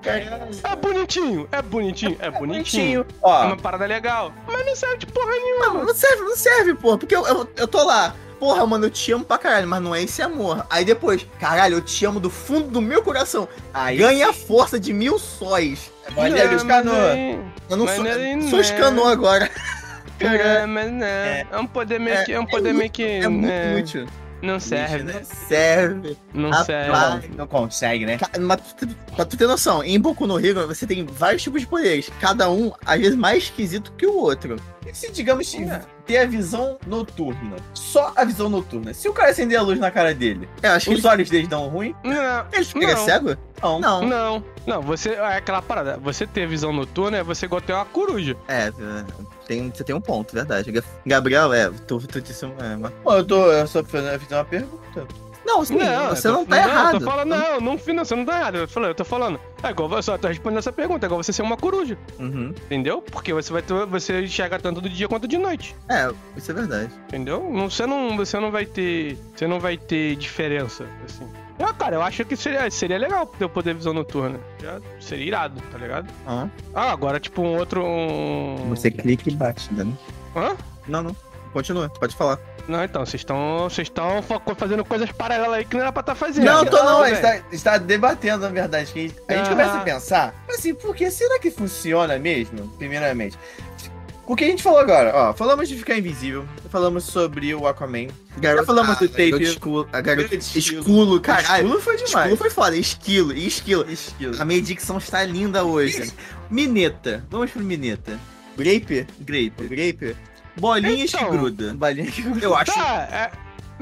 [SPEAKER 1] É bonitinho, é bonitinho, é bonitinho.
[SPEAKER 2] bonitinho.
[SPEAKER 1] É
[SPEAKER 3] Ó,
[SPEAKER 1] uma parada legal, mas não serve de porra nenhuma.
[SPEAKER 2] Não, não serve, não serve, porra. Porque eu, eu, eu tô lá. Porra, mano, eu te amo pra caralho, mas não é esse amor. Aí depois, caralho, eu te amo do fundo do meu coração.
[SPEAKER 3] aí
[SPEAKER 2] Ganha a força de mil sóis.
[SPEAKER 3] Olha
[SPEAKER 1] Não,
[SPEAKER 3] os
[SPEAKER 1] mas
[SPEAKER 3] canoas.
[SPEAKER 1] nem-
[SPEAKER 2] Eu não
[SPEAKER 1] Mas
[SPEAKER 2] sou.
[SPEAKER 1] não é nem
[SPEAKER 2] sou
[SPEAKER 1] né.
[SPEAKER 2] escanô agora.
[SPEAKER 1] Não, mas não. É.
[SPEAKER 3] É.
[SPEAKER 1] um poder meio
[SPEAKER 2] É,
[SPEAKER 1] que. É um
[SPEAKER 2] é
[SPEAKER 1] poder meio
[SPEAKER 2] muito-
[SPEAKER 1] que.
[SPEAKER 2] É muito Ah,
[SPEAKER 1] né,
[SPEAKER 2] inútil.
[SPEAKER 1] Não serve,
[SPEAKER 3] Né?
[SPEAKER 2] Serve.
[SPEAKER 1] não
[SPEAKER 2] Rapaz.
[SPEAKER 1] serve.
[SPEAKER 3] Não, não consegue, né?
[SPEAKER 2] Ca- Mas tu- tu- pra tu ter noção, em Boku no Hero você tem vários tipos de poderes. Cada um, às vezes, mais esquisito que o outro.
[SPEAKER 3] E se, digamos,
[SPEAKER 1] É.
[SPEAKER 3] ter a visão noturna? Só a visão noturna. Se o cara acender a luz na cara dele,
[SPEAKER 2] É, acho que
[SPEAKER 3] os
[SPEAKER 2] ele,
[SPEAKER 3] olhos dele dão ruim?
[SPEAKER 1] Não,
[SPEAKER 2] ele fica
[SPEAKER 1] Não.
[SPEAKER 2] cego?
[SPEAKER 3] Não.
[SPEAKER 2] Não.
[SPEAKER 1] não, não, você. É aquela parada. Você ter visão noturna é você igual ter uma coruja.
[SPEAKER 2] É, tem, você tem um ponto, verdade. Ga- Gabriel, é, tu, tu disse uma- é, uma
[SPEAKER 3] Pô, eu tô eu só fiz- eu fiz uma pergunta.
[SPEAKER 2] Não, sim, você
[SPEAKER 1] eu é, tô-
[SPEAKER 2] não tá errado.
[SPEAKER 1] Eu tô falando, não, não, não, você não tá errado. Eu tô falando, eu tô falando. É igual você, eu tô respondendo essa pergunta, é igual você ser uma coruja,
[SPEAKER 3] Uhum.
[SPEAKER 1] entendeu? Porque você vai ter, você enxerga tanto do dia quanto de noite,
[SPEAKER 2] É, isso é verdade.
[SPEAKER 1] entendeu? Não- Você não, você não vai ter, você não vai ter diferença, assim. Ah, cara, eu acho que seria, seria legal ter o poder visão noturna. Já seria irado, tá ligado?
[SPEAKER 2] Ah.
[SPEAKER 1] Ah, agora, tipo, um outro. Um...
[SPEAKER 2] Você clica e bate, né?
[SPEAKER 1] Hã?
[SPEAKER 2] Não, não. Continua, pode falar.
[SPEAKER 1] Não, então, vocês estão. Vocês estão fo- fazendo coisas paralelas aí que não era pra estar fazendo.
[SPEAKER 2] Não,
[SPEAKER 3] Não, tô não, a
[SPEAKER 1] velho.
[SPEAKER 3] gente tá, a gente tá debatendo, na verdade. Que a gente
[SPEAKER 1] Ah.
[SPEAKER 3] começa a pensar, assim, por que será que funciona mesmo, primeiramente? O que a gente falou agora, ó, falamos de ficar invisível, falamos sobre o Aquaman.
[SPEAKER 2] Garota,
[SPEAKER 3] falamos do tape.
[SPEAKER 2] garota Esculo, a garota
[SPEAKER 3] Grande
[SPEAKER 2] esculo,
[SPEAKER 3] esquilo.
[SPEAKER 2] caralho.
[SPEAKER 3] Esquilo foi
[SPEAKER 2] Esculo,
[SPEAKER 3] demais.
[SPEAKER 2] foi foda, esquilo, e esquilo.
[SPEAKER 3] Esquilo.
[SPEAKER 2] A minha dicção está linda hoje. Mineta, vamos pro Mineta. Grape?
[SPEAKER 3] Grape.
[SPEAKER 2] Grape? Bolinhas
[SPEAKER 1] Então.
[SPEAKER 2] que gruda. Bolinhas que gruda. Eu acho
[SPEAKER 1] Tá, é.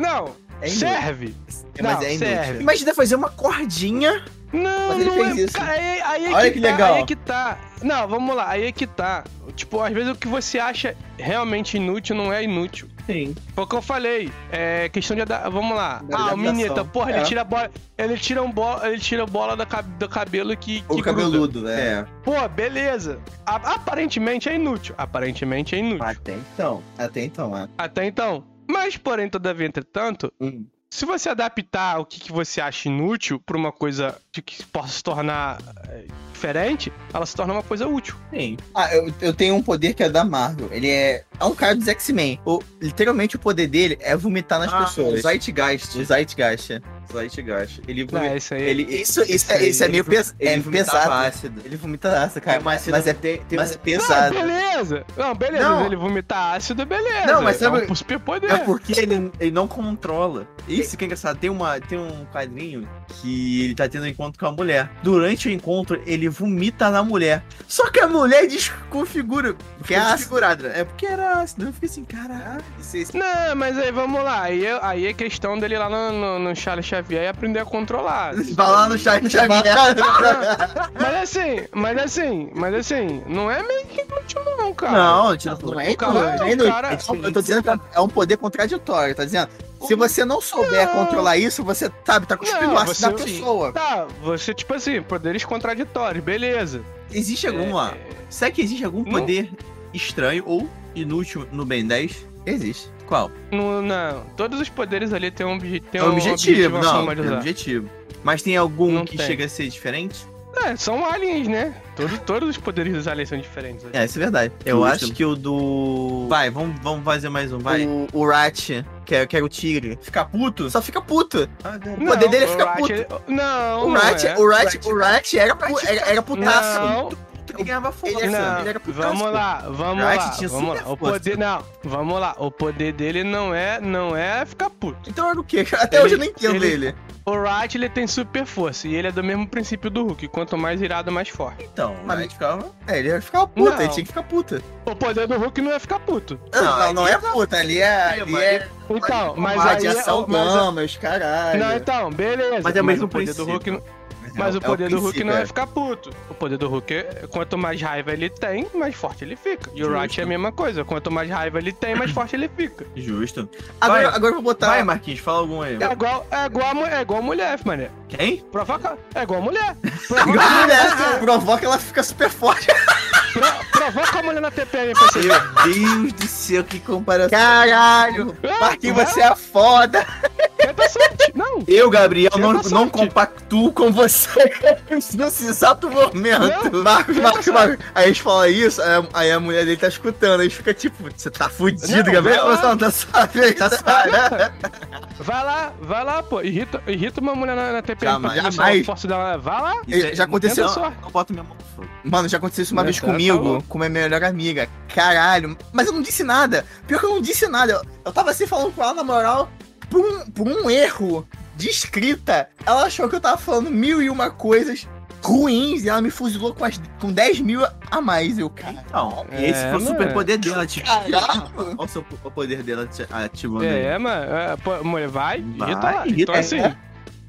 [SPEAKER 1] Não,
[SPEAKER 2] é inútil.
[SPEAKER 1] serve.
[SPEAKER 2] É, mas
[SPEAKER 1] Não,
[SPEAKER 2] é
[SPEAKER 1] serve.
[SPEAKER 2] inútil. Imagina fazer uma cordinha.
[SPEAKER 1] Não,
[SPEAKER 2] Mas ele
[SPEAKER 1] não
[SPEAKER 2] fez
[SPEAKER 1] é.
[SPEAKER 2] isso.
[SPEAKER 1] Cara, aí, aí é
[SPEAKER 3] Olha
[SPEAKER 1] que
[SPEAKER 3] que
[SPEAKER 1] tá,
[SPEAKER 3] legal.
[SPEAKER 1] Aí é que tá. Não, vamos lá, aí é que tá. Tipo, às vezes o que você acha realmente inútil não é inútil.
[SPEAKER 3] Sim.
[SPEAKER 1] Foi o que eu falei. É questão de. ada- Vamos lá.
[SPEAKER 3] Da
[SPEAKER 1] ah, o
[SPEAKER 3] adaptação.
[SPEAKER 1] Mineta, porra, ele
[SPEAKER 3] É.
[SPEAKER 1] tira a bola. Ele tira, um bola, ele tira a bola da cab- do cabelo que. que
[SPEAKER 2] O
[SPEAKER 1] gruda.
[SPEAKER 2] cabeludo, é.
[SPEAKER 3] É,
[SPEAKER 1] Pô, beleza. A- aparentemente é inútil. Aparentemente é inútil.
[SPEAKER 3] até então.
[SPEAKER 2] Até então, é.
[SPEAKER 1] Até então. Mas, porém, todavia, entretanto,
[SPEAKER 3] Hum.
[SPEAKER 1] se você adaptar o que, que você acha inútil pra uma coisa de que possa se tornar é, diferente, ela se torna uma coisa útil.
[SPEAKER 3] Sim.
[SPEAKER 2] Ah, eu, eu tenho um poder que é da Marvel. Ele é. É um cara dos X-Men. O- Literalmente o poder dele é vomitar nas
[SPEAKER 3] Ah,
[SPEAKER 2] pessoas.
[SPEAKER 3] o
[SPEAKER 2] Zeitgeist. O Zeitgeist.
[SPEAKER 3] Zeitgeist. Ele
[SPEAKER 1] Não,
[SPEAKER 3] vomita.
[SPEAKER 1] é isso aí.
[SPEAKER 3] Ele,
[SPEAKER 2] Isso, isso, é,
[SPEAKER 3] Ele-
[SPEAKER 2] isso é meio pes-
[SPEAKER 3] ele
[SPEAKER 2] é
[SPEAKER 3] vomitava
[SPEAKER 2] pesado.
[SPEAKER 3] ácido.
[SPEAKER 2] Ele vomita ácido, cara. Mas,
[SPEAKER 3] mas
[SPEAKER 2] é,
[SPEAKER 3] é, tem, tem
[SPEAKER 2] mas é
[SPEAKER 3] mas...
[SPEAKER 1] Ah,
[SPEAKER 2] pesado.
[SPEAKER 1] beleza! Não, beleza,
[SPEAKER 2] Não.
[SPEAKER 1] ele vomitar ácido, beleza.
[SPEAKER 3] Não, mas
[SPEAKER 1] É
[SPEAKER 3] sabe-
[SPEAKER 1] um superpoder.
[SPEAKER 3] É porque ele, ele não controla. Isso que é engraçado. Tem, uma, tem um quadrinho que ele tá tendo um encontro com a mulher. Durante o encontro, ele vomita na mulher. Só que a mulher desconfigura.
[SPEAKER 2] Que é ácido.
[SPEAKER 3] desfigurada. É porque era ácido. Eu fiquei assim, caralho.
[SPEAKER 2] Isso, isso.
[SPEAKER 1] Não, mas aí vamos lá. Aí, é- aí é questão dele ir lá no, no- no Charles Xavier e aprender a controlar.
[SPEAKER 2] Vai lá no chat de
[SPEAKER 1] Mas assim, mas assim, mas assim, não é meio que inútil, não,
[SPEAKER 2] Ah, tá.
[SPEAKER 1] cara.
[SPEAKER 3] Não, tira
[SPEAKER 2] Não
[SPEAKER 3] não
[SPEAKER 2] é
[SPEAKER 1] O cara-
[SPEAKER 2] inútil, é
[SPEAKER 1] o
[SPEAKER 2] inútil.
[SPEAKER 1] cara- assim,
[SPEAKER 2] É tipo, Eu tô dizendo que é um poder contraditório, tá dizendo? Se você não souber
[SPEAKER 1] Não.
[SPEAKER 2] controlar isso, você sabe, tá cuspindo
[SPEAKER 1] Não,
[SPEAKER 2] o ácido da
[SPEAKER 1] você-
[SPEAKER 2] pessoa.
[SPEAKER 1] Tá, você, tipo assim, poderes contraditórios, beleza.
[SPEAKER 3] Existe
[SPEAKER 2] É.
[SPEAKER 3] alguma. Será que existe algum
[SPEAKER 1] Não.
[SPEAKER 3] poder estranho ou inútil no Ben 10?
[SPEAKER 2] Existe.
[SPEAKER 3] Qual?
[SPEAKER 1] Não, não, todos os poderes ali têm um, obje- têm
[SPEAKER 3] É um objetivo,
[SPEAKER 1] a
[SPEAKER 3] não.
[SPEAKER 1] forma de
[SPEAKER 3] É um
[SPEAKER 1] usar.
[SPEAKER 3] objetivo. Mas tem algum
[SPEAKER 1] Não
[SPEAKER 3] que
[SPEAKER 1] tem.
[SPEAKER 3] chega a ser diferente?
[SPEAKER 1] É, são aliens, né? Todos, todos os poderes dos aliens são diferentes. né?
[SPEAKER 3] É, isso é verdade. Eu
[SPEAKER 2] Justo.
[SPEAKER 3] acho que o do. Vai, vamos, vamos fazer mais um, vai.
[SPEAKER 2] O, o Rat, que é, que é o tigre, fica puto, só fica puto.
[SPEAKER 3] O...
[SPEAKER 2] O poder dele é ficar
[SPEAKER 1] Rat,
[SPEAKER 2] puto.
[SPEAKER 1] ele- Não,
[SPEAKER 2] O
[SPEAKER 1] não
[SPEAKER 2] Rat,
[SPEAKER 1] é.
[SPEAKER 2] o Rat, o Rat era, pu- era, era putaço.
[SPEAKER 1] Não,
[SPEAKER 3] Ele é ganhava força. é
[SPEAKER 2] Ele era-
[SPEAKER 1] não,
[SPEAKER 2] ele era putaço,
[SPEAKER 1] vamos
[SPEAKER 2] pô.
[SPEAKER 1] lá, vamos
[SPEAKER 3] Rat
[SPEAKER 1] lá,
[SPEAKER 3] tinha
[SPEAKER 1] vamos lá.
[SPEAKER 3] super
[SPEAKER 1] O
[SPEAKER 3] força.
[SPEAKER 1] poder não, vamos lá. O poder dele não é, não é ficar puto.
[SPEAKER 2] Então era o quê? Até hoje eu não entendo ele.
[SPEAKER 1] O Wright ele tem super força e ele é do mesmo princípio do Hulk. Quanto mais irado, mais forte.
[SPEAKER 3] Então,
[SPEAKER 2] Mas-
[SPEAKER 3] mas ficava.
[SPEAKER 2] É, ele ficava puta,
[SPEAKER 1] Não.
[SPEAKER 2] ele tinha que ficar puta.
[SPEAKER 1] O poder do Hulk não é ficar puto.
[SPEAKER 2] Não, não, é
[SPEAKER 3] ele-
[SPEAKER 2] puta, ali é. Ali
[SPEAKER 3] mas-
[SPEAKER 2] é
[SPEAKER 1] Então, mas aí é,
[SPEAKER 2] radiação
[SPEAKER 1] mas a-
[SPEAKER 2] gama, os caralho.
[SPEAKER 1] não, então, beleza.
[SPEAKER 3] Mas é o mesmo
[SPEAKER 1] o poder do
[SPEAKER 3] princípio.
[SPEAKER 1] Hulk, não- mas
[SPEAKER 2] é
[SPEAKER 1] o poder do Hulk
[SPEAKER 2] princípio,
[SPEAKER 1] não é
[SPEAKER 2] é.
[SPEAKER 1] ficar puto. O poder do Hulk, é- quanto mais raiva ele tem, mais forte ele fica. E o
[SPEAKER 3] Justo.
[SPEAKER 1] Wright é a mesma coisa. Quanto mais raiva ele tem, mais forte ele fica.
[SPEAKER 3] Justo.
[SPEAKER 2] Agora,
[SPEAKER 3] Vai.
[SPEAKER 2] agora eu vou botar.
[SPEAKER 3] Vai, Marquinhos, fala algum aí.
[SPEAKER 1] É igual, é igual, a mu- é igual a mulher, mané.
[SPEAKER 3] Quem?
[SPEAKER 1] Provoca, é igual a mulher.
[SPEAKER 2] Igual
[SPEAKER 1] Provoca,
[SPEAKER 2] a mulher, provoca, ela fica super forte.
[SPEAKER 1] pro- provoca a mulher na TPM pra você. ver.
[SPEAKER 3] Deus do céu, que comparação.
[SPEAKER 2] Caralho! Marquinhos, você é foda!
[SPEAKER 1] Ah, Tenta sorte. Não,
[SPEAKER 3] Eu, Gabriel, não,
[SPEAKER 1] Tenta
[SPEAKER 3] não
[SPEAKER 1] sorte.
[SPEAKER 3] compactuo com você
[SPEAKER 2] Nesse exato momento.
[SPEAKER 1] Não.
[SPEAKER 2] Marcos, Marcos, Marcos. Aí a gente fala isso, aí a- aí a mulher dele tá escutando, aí fica tipo, você tá fudido,
[SPEAKER 1] Não,
[SPEAKER 2] Gabriel?
[SPEAKER 1] vai lá.
[SPEAKER 2] Você não tá sabendo, tá sabendo?
[SPEAKER 1] Vai lá, vai lá, pô. Irrita, irrita uma mulher na, na TPM.
[SPEAKER 2] Jamais,
[SPEAKER 1] pra ver se
[SPEAKER 2] jamais.
[SPEAKER 1] ela força dela. Vai lá.
[SPEAKER 2] Já- já aconteceu.
[SPEAKER 1] Tenta
[SPEAKER 3] Não,
[SPEAKER 1] sorte.
[SPEAKER 3] não boto minha mão no fogo.
[SPEAKER 2] Mano, já aconteceu isso uma
[SPEAKER 1] Não,
[SPEAKER 2] vez
[SPEAKER 1] tá- tá
[SPEAKER 2] comigo,
[SPEAKER 1] louco.
[SPEAKER 2] com minha melhor amiga. Caralho. Mas eu não disse nada. Pior que eu não disse nada. Eu, eu tava assim falando com ela, na moral, por um, por um erro de escrita. Ela achou que eu tava falando mil e uma coisas ruins e ela me fuzilou com, as, com 10 mil a mais. Eu, cara.
[SPEAKER 3] Então,
[SPEAKER 1] É,
[SPEAKER 3] esse foi o
[SPEAKER 1] né?
[SPEAKER 3] superpoder dela, tipo.
[SPEAKER 2] Caralho.
[SPEAKER 3] Olha o seu o poder dela te ativando aí.
[SPEAKER 1] É, mano. É, pô, mulher, vai,
[SPEAKER 3] Vai,
[SPEAKER 1] irrita lá.
[SPEAKER 3] irrita,
[SPEAKER 1] Então, assim,
[SPEAKER 2] é.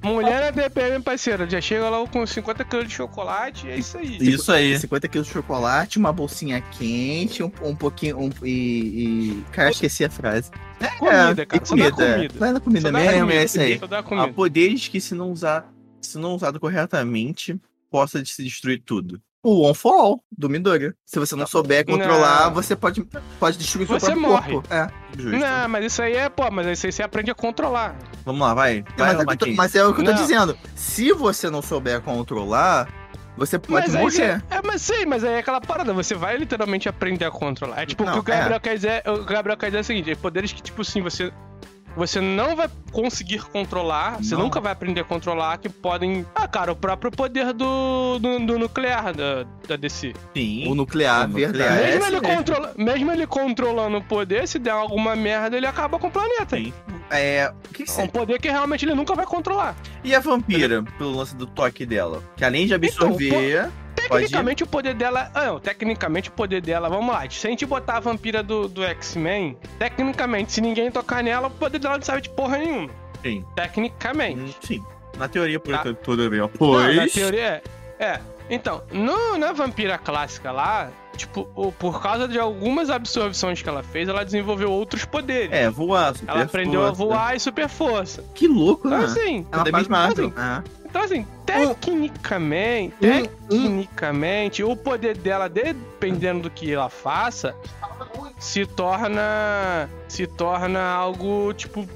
[SPEAKER 1] mulher é na TPM, parceiro. Já chega lá com 50 quilos de chocolate e é isso aí.
[SPEAKER 3] Isso aí.
[SPEAKER 2] 50 quilos de chocolate, uma bolsinha quente, um, um pouquinho. um- e, e- Cara, esqueci a frase.
[SPEAKER 1] Comida,
[SPEAKER 2] É,
[SPEAKER 1] cara.
[SPEAKER 2] e
[SPEAKER 1] Só dá
[SPEAKER 2] comida. é.
[SPEAKER 1] comida.
[SPEAKER 2] Vai na comida
[SPEAKER 1] Só dá
[SPEAKER 2] mesmo,
[SPEAKER 1] comida,
[SPEAKER 2] é isso aí.
[SPEAKER 1] Só dá
[SPEAKER 3] Há
[SPEAKER 1] comida.
[SPEAKER 3] poderes que, se não usar, se não usado corretamente, possa se destruir tudo.
[SPEAKER 2] O One for All do Midori. Se você não souber controlar,
[SPEAKER 1] Não.
[SPEAKER 2] você pode, pode destruir seu
[SPEAKER 1] Tá Você
[SPEAKER 2] próprio
[SPEAKER 1] morre.
[SPEAKER 2] corpo. É.
[SPEAKER 3] Justo.
[SPEAKER 1] Não, mas isso aí é, pô, mas isso aí você aprende a controlar.
[SPEAKER 3] Vamos lá, vai.
[SPEAKER 2] mas, é o
[SPEAKER 3] Vai,
[SPEAKER 2] que eu tô-
[SPEAKER 3] Marquinhos.
[SPEAKER 2] mas é o que eu tô
[SPEAKER 1] Não.
[SPEAKER 2] dizendo. Se você não souber controlar, você pode
[SPEAKER 1] mas aí
[SPEAKER 2] morrer.
[SPEAKER 1] você- é, mas sim, mas aí é aquela parada, você vai literalmente aprender a controlar. É tipo,
[SPEAKER 2] Não,
[SPEAKER 1] o que o Gabriel quer dizer, o Gabriel quer dizer é o seguinte, é poderes que, tipo assim, você. Você não vai conseguir controlar, você
[SPEAKER 3] Não.
[SPEAKER 1] nunca vai aprender a controlar, que podem. Ah, cara, o próprio poder do, do, do nuclear da, da DC.
[SPEAKER 3] Sim.
[SPEAKER 2] O nuclear,
[SPEAKER 3] O nuclear.
[SPEAKER 1] mesmo,
[SPEAKER 2] verdade.
[SPEAKER 3] é
[SPEAKER 1] ele
[SPEAKER 3] isso mesmo.
[SPEAKER 1] controla, mesmo ele controlando o poder, se der alguma merda, ele acaba com o planeta.
[SPEAKER 3] Sim.
[SPEAKER 2] É, o que, que
[SPEAKER 1] É um
[SPEAKER 2] você.
[SPEAKER 1] poder que realmente ele nunca vai controlar.
[SPEAKER 3] E a vampira, pelo lance do toque dela? Que além
[SPEAKER 1] Então,
[SPEAKER 3] de absorver. Pode ir.
[SPEAKER 1] Tecnicamente o poder dela. Ah, não, tecnicamente o poder dela. Vamos lá. Se a gente botar a vampira do, do X-Men, tecnicamente, se ninguém tocar nela, o poder dela não serve de porra nenhuma.
[SPEAKER 3] Sim.
[SPEAKER 1] Tecnicamente.
[SPEAKER 3] Hum, Sim. Na teoria, por
[SPEAKER 1] Tá.
[SPEAKER 3] tá. tudo bem, ó.
[SPEAKER 1] Não, na
[SPEAKER 3] Pois.
[SPEAKER 1] teoria é. é. Então, no, na vampira clássica lá, tipo, o- por causa de algumas absorções que ela fez, ela desenvolveu outros poderes.
[SPEAKER 3] É, voar. super
[SPEAKER 1] Ela aprendeu a
[SPEAKER 3] força.
[SPEAKER 1] voar e super força.
[SPEAKER 3] Que louco, né?
[SPEAKER 1] Então, assim,
[SPEAKER 2] É uma
[SPEAKER 3] Também
[SPEAKER 2] mesma
[SPEAKER 1] fazem.
[SPEAKER 2] árvore. Ah.
[SPEAKER 1] então, assim tecnicamente,
[SPEAKER 2] Um-
[SPEAKER 1] tecnicamente, o poder dela, dependendo do que ela faça, se torna. se torna algo, tipo,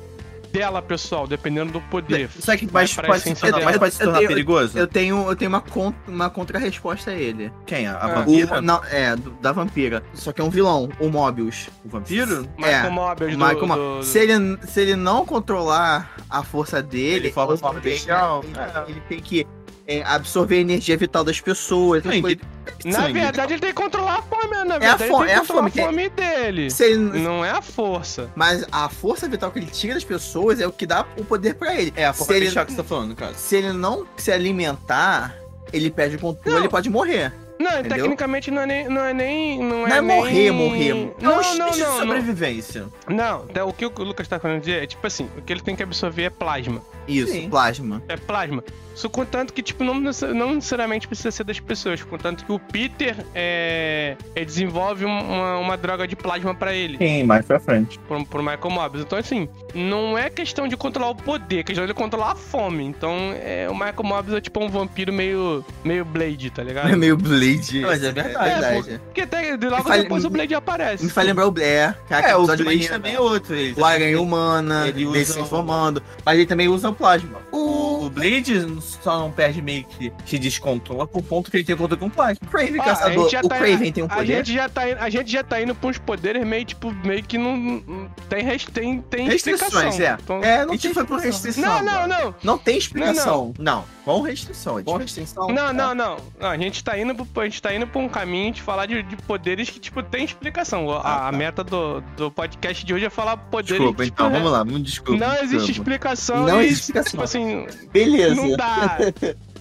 [SPEAKER 1] dela, pessoal, dependendo do poder.
[SPEAKER 2] É. Só que
[SPEAKER 1] Vai
[SPEAKER 3] Mas
[SPEAKER 1] pra
[SPEAKER 3] pode, se
[SPEAKER 1] essência
[SPEAKER 3] tornar-
[SPEAKER 1] dela.
[SPEAKER 3] mas pode se
[SPEAKER 2] Eu
[SPEAKER 3] tornar
[SPEAKER 2] tenho-
[SPEAKER 3] perigoso?
[SPEAKER 2] eu tenho, eu tenho uma, con- uma contra-resposta a ele.
[SPEAKER 3] Quem? A, a
[SPEAKER 1] Ah.
[SPEAKER 3] vampira?
[SPEAKER 2] O- não, é, do- da vampira. Só que é um vilão, o Mobius.
[SPEAKER 1] Ah.
[SPEAKER 3] O vampiro?
[SPEAKER 1] Michael
[SPEAKER 2] é,
[SPEAKER 1] Mobius do-
[SPEAKER 2] Michael Ma-
[SPEAKER 1] do-
[SPEAKER 2] Se, ele, se ele não controlar a força dele,
[SPEAKER 3] Ele forma
[SPEAKER 2] ou se
[SPEAKER 3] uma
[SPEAKER 2] ele-
[SPEAKER 3] paixão,
[SPEAKER 2] ele,
[SPEAKER 3] é.
[SPEAKER 2] ele tem que é, absorver a energia vital das pessoas. essas
[SPEAKER 3] Sim,
[SPEAKER 2] coisas.
[SPEAKER 1] Na
[SPEAKER 2] Sangue.
[SPEAKER 1] verdade, ele tem que controlar a fome, né? Na
[SPEAKER 2] É a
[SPEAKER 1] verdade,
[SPEAKER 2] fome-
[SPEAKER 1] ele tem
[SPEAKER 2] é a
[SPEAKER 1] que controlar a
[SPEAKER 2] fome,
[SPEAKER 1] fome dele.
[SPEAKER 2] Se ele-
[SPEAKER 1] Não é a força.
[SPEAKER 2] mas a força vital que ele tira das pessoas é o que dá o poder pra ele. É,
[SPEAKER 3] A forma
[SPEAKER 2] se, ele,
[SPEAKER 3] bestial que você tá falando, cara.
[SPEAKER 2] se ele não se alimentar, ele perde o controle,
[SPEAKER 1] Não.
[SPEAKER 2] ele pode morrer.
[SPEAKER 1] Não, e
[SPEAKER 2] Entendeu?
[SPEAKER 1] tecnicamente não é nem. Não é, nem, não é,
[SPEAKER 2] Não é
[SPEAKER 1] nem-
[SPEAKER 2] morrer, morrer.
[SPEAKER 1] Não, não,
[SPEAKER 3] existe
[SPEAKER 1] não. não,
[SPEAKER 3] sobrevivência.
[SPEAKER 1] Não, tá, o que o Lucas tá falando dizer é tipo assim: o que ele tem que absorver é plasma.
[SPEAKER 2] Isso,
[SPEAKER 3] Sim.
[SPEAKER 2] plasma.
[SPEAKER 1] é plasma. Isso contanto que, tipo, não, necess- não necessariamente precisa ser das pessoas. Contanto que o Peter é, é, desenvolve um- uma, uma droga de plasma pra ele,
[SPEAKER 3] Sim, mais pra frente.
[SPEAKER 1] pro, pro Michael Morbius. Então, assim, não é questão de controlar o poder, é questão de controlar a fome. Então, é, o Michael Morbius é tipo um vampiro meio, meio Blade, tá
[SPEAKER 2] É
[SPEAKER 1] ligado?
[SPEAKER 2] meio Blade.
[SPEAKER 3] Mas é verdade.
[SPEAKER 1] Porque até, de logo
[SPEAKER 2] Me fale-
[SPEAKER 1] depois o Blade aparece.
[SPEAKER 2] Me faz lembrar o Blair. Cara, que
[SPEAKER 3] É, o
[SPEAKER 2] episódio
[SPEAKER 3] Blade
[SPEAKER 2] maneiro,
[SPEAKER 3] também
[SPEAKER 2] né?
[SPEAKER 3] é outro. Ele
[SPEAKER 2] O Aranha Humana,
[SPEAKER 3] Ele
[SPEAKER 2] ele
[SPEAKER 3] usa um-
[SPEAKER 2] se informando. Mas ele também usa o um plasma.
[SPEAKER 3] é O, o Blade só não perde meio que se descontrola por ponto que ele tem controle com o Plasma.
[SPEAKER 2] Craven
[SPEAKER 1] Ah, a
[SPEAKER 2] Caçador.
[SPEAKER 1] gente já
[SPEAKER 2] O
[SPEAKER 1] tá-
[SPEAKER 2] Craven tem um
[SPEAKER 1] A
[SPEAKER 2] poder.
[SPEAKER 1] gente, já tá, indo- a gente já tá indo pra uns poderes meio, tipo, meio que não. não- Tem, res- tem, tem
[SPEAKER 2] Restrições, é.
[SPEAKER 1] explicação. Então-
[SPEAKER 2] É, não
[SPEAKER 3] E
[SPEAKER 2] tem
[SPEAKER 3] que foi por
[SPEAKER 2] explicação.
[SPEAKER 3] restrição.
[SPEAKER 1] Não, não,
[SPEAKER 3] agora.
[SPEAKER 1] não.
[SPEAKER 2] Não tem explicação. Não,
[SPEAKER 3] Com restrição. É
[SPEAKER 2] Com
[SPEAKER 3] com restrição.
[SPEAKER 1] Não, não, não. Não, A gente tá indo pro, a gente tá indo pra um caminho de falar de, de poderes que, tipo, tem explicação. A,
[SPEAKER 3] Ah,
[SPEAKER 1] a
[SPEAKER 3] tá.
[SPEAKER 1] meta do, do podcast de hoje é falar poderes
[SPEAKER 3] Desculpa,
[SPEAKER 1] que, tipo,
[SPEAKER 3] então,
[SPEAKER 1] né,
[SPEAKER 3] vamos lá. Muito desculpa.
[SPEAKER 1] Não
[SPEAKER 3] desculpa.
[SPEAKER 1] existe explicação.
[SPEAKER 2] Não
[SPEAKER 1] e,
[SPEAKER 2] existe explicação.
[SPEAKER 1] Tipo assim,
[SPEAKER 2] Beleza.
[SPEAKER 1] não dá.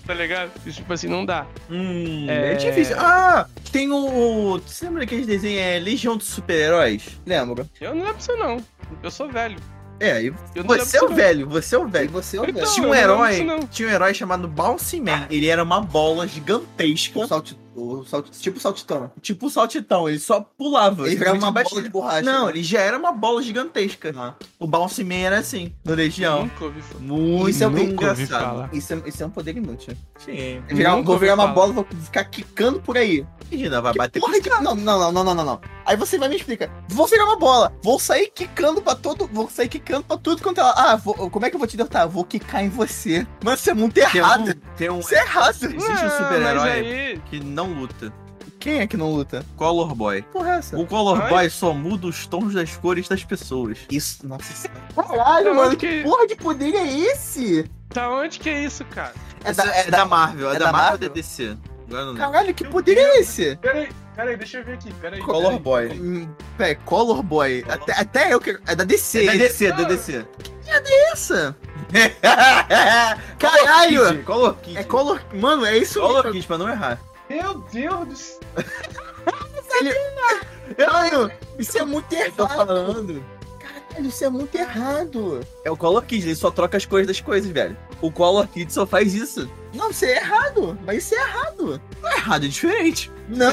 [SPEAKER 1] Tá ligado? Tipo assim, não dá.
[SPEAKER 3] Hum,
[SPEAKER 1] É.
[SPEAKER 3] é... difícil. Ah, tem o. o- Você lembra daqueles desenhos? É Legião dos Super-Heróis?
[SPEAKER 2] Lembro.
[SPEAKER 1] Eu não lembro disso, não. Eu sou velho.
[SPEAKER 3] É, e
[SPEAKER 1] Eu não lembro
[SPEAKER 3] você é
[SPEAKER 1] disso,
[SPEAKER 3] o
[SPEAKER 1] não.
[SPEAKER 3] velho, você é o
[SPEAKER 2] E
[SPEAKER 3] velho.
[SPEAKER 2] você, ô,
[SPEAKER 1] Então,
[SPEAKER 2] velho.
[SPEAKER 3] Tinha
[SPEAKER 1] eu
[SPEAKER 3] um
[SPEAKER 1] não
[SPEAKER 3] herói,
[SPEAKER 1] lembro disso, não.
[SPEAKER 3] tinha um herói chamado Bouncy Man. Ele era uma bola
[SPEAKER 2] O
[SPEAKER 3] gigantesca,
[SPEAKER 2] salti- o salti- tipo saltitão.
[SPEAKER 3] tipo saltitão, ele só pulava.
[SPEAKER 2] Ele virava uma
[SPEAKER 3] simplesmente
[SPEAKER 2] bola de
[SPEAKER 3] batia.
[SPEAKER 2] borracha. né?
[SPEAKER 3] Não, ele já era uma bola gigantesca. O Bouncy Man era assim, no Legião.
[SPEAKER 1] Nunca ouvi falar.
[SPEAKER 3] Muito
[SPEAKER 2] Isso é bem
[SPEAKER 1] Nunca ouvi
[SPEAKER 3] engraçado.
[SPEAKER 1] falar.
[SPEAKER 2] Isso é, isso é um poder inútil.
[SPEAKER 3] Sim.
[SPEAKER 2] Eu virar-
[SPEAKER 1] Nunca
[SPEAKER 2] vou virar
[SPEAKER 1] ouvi falar.
[SPEAKER 2] uma bola e vou ficar quicando por aí.
[SPEAKER 3] Imagina, vai
[SPEAKER 2] Que
[SPEAKER 3] bater
[SPEAKER 2] porra de... Não, não, não, não, não, não, não. Aí você vai me explicar. Vou virar uma bola. Vou sair quicando pra todo. Vou sair quicando pra tudo quanto ela. Ah, vou- como é que eu vou te derrotar? Vou quicar em você. Mano, isso é muito
[SPEAKER 3] Tem um-
[SPEAKER 2] errado.
[SPEAKER 3] Tem um.
[SPEAKER 2] Isso é errado.
[SPEAKER 3] Existe um
[SPEAKER 1] Ah,
[SPEAKER 3] super-herói.
[SPEAKER 1] Mas aí.
[SPEAKER 3] Que não luta.
[SPEAKER 2] Quem é que não luta?
[SPEAKER 3] Color Boy.
[SPEAKER 2] Porra, é essa?
[SPEAKER 3] O Color
[SPEAKER 1] Ai.
[SPEAKER 3] Boy só muda os tons das cores das pessoas.
[SPEAKER 2] Isso, nossa senhora. Caralho,
[SPEAKER 1] Da onde,
[SPEAKER 2] mano, que
[SPEAKER 1] que,
[SPEAKER 2] porra de poder é esse?
[SPEAKER 1] da onde que é isso, cara?
[SPEAKER 2] É
[SPEAKER 3] Essa-
[SPEAKER 2] da, é da...
[SPEAKER 3] Marvel, é,
[SPEAKER 2] é
[SPEAKER 3] da,
[SPEAKER 2] da
[SPEAKER 3] Marvel ou
[SPEAKER 2] Marvel?
[SPEAKER 3] da DC? Agora não lembro.
[SPEAKER 2] Caralho, que poder é esse?
[SPEAKER 1] Pera aí, pera aí, deixa eu ver aqui. Pera aí.
[SPEAKER 3] Color Boy.
[SPEAKER 2] Hum, Pé, Color Boy. Até, até eu quero. É da
[SPEAKER 3] É
[SPEAKER 2] DC.
[SPEAKER 3] da
[SPEAKER 2] É
[SPEAKER 3] DC, é da DC.
[SPEAKER 2] essa? Caralho!
[SPEAKER 3] Color Kid.
[SPEAKER 2] É Color. Mano, é isso
[SPEAKER 3] Color Kid, pra não errar.
[SPEAKER 1] Meu Deus do céu.
[SPEAKER 2] Caralho, isso é muito
[SPEAKER 3] Eu tô
[SPEAKER 2] errado.
[SPEAKER 3] falando.
[SPEAKER 2] Caralho, isso é muito errado.
[SPEAKER 3] É o Color Kid, ele só troca as cores das coisas, velho. O Color Kid só faz isso.
[SPEAKER 2] Não, isso é errado. Mas isso é errado.
[SPEAKER 3] Não é errado, é diferente.
[SPEAKER 2] Não.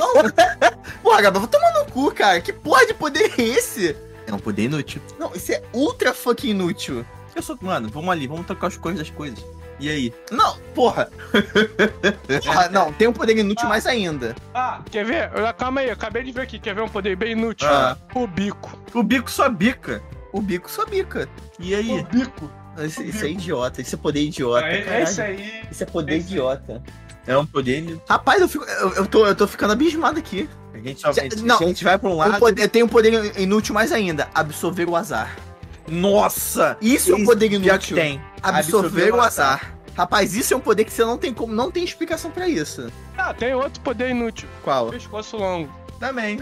[SPEAKER 2] porra, Gabriel, vou tomar no cu, cara. Que porra de poder é esse?
[SPEAKER 3] É um poder inútil.
[SPEAKER 2] Não, isso é ultra fucking inútil.
[SPEAKER 3] Eu sou. Mano, vamos ali, vamos trocar as cores das coisas. E aí?
[SPEAKER 2] Não, porra. Porra, não, tem um poder inútil mais ainda.
[SPEAKER 1] Ah, quer ver? Eu- Calma aí, eu acabei de ver aqui. Quer ver um poder bem inútil?
[SPEAKER 3] Ah.
[SPEAKER 1] O bico.
[SPEAKER 3] O bico só bica.
[SPEAKER 2] O bico só bica.
[SPEAKER 3] E
[SPEAKER 1] O
[SPEAKER 3] aí?
[SPEAKER 1] bico.
[SPEAKER 2] Isso, isso é idiota, isso é poder idiota.
[SPEAKER 1] Ah, é-
[SPEAKER 2] caralho.
[SPEAKER 1] é isso aí.
[SPEAKER 2] Isso é poder
[SPEAKER 1] esse aí.
[SPEAKER 2] idiota.
[SPEAKER 3] É um poder inútil.
[SPEAKER 2] Rapaz, eu, fico, eu, eu tô, eu tô ficando abismado aqui.
[SPEAKER 3] A gente só.
[SPEAKER 2] Já- não.
[SPEAKER 3] a gente vai pra um
[SPEAKER 2] Um
[SPEAKER 3] lado.
[SPEAKER 2] poder, tem um poder inútil mais ainda: absorver o azar.
[SPEAKER 3] Nossa!
[SPEAKER 2] Isso é um
[SPEAKER 3] Isso,
[SPEAKER 2] poder
[SPEAKER 3] Pior que
[SPEAKER 2] inútil.
[SPEAKER 3] tem.
[SPEAKER 2] Absorver o azar. Rapaz, isso é um poder que você não tem como, não tem explicação pra isso.
[SPEAKER 1] Ah, tem outro poder inútil.
[SPEAKER 2] Qual?
[SPEAKER 1] Pescoço longo.
[SPEAKER 3] Também.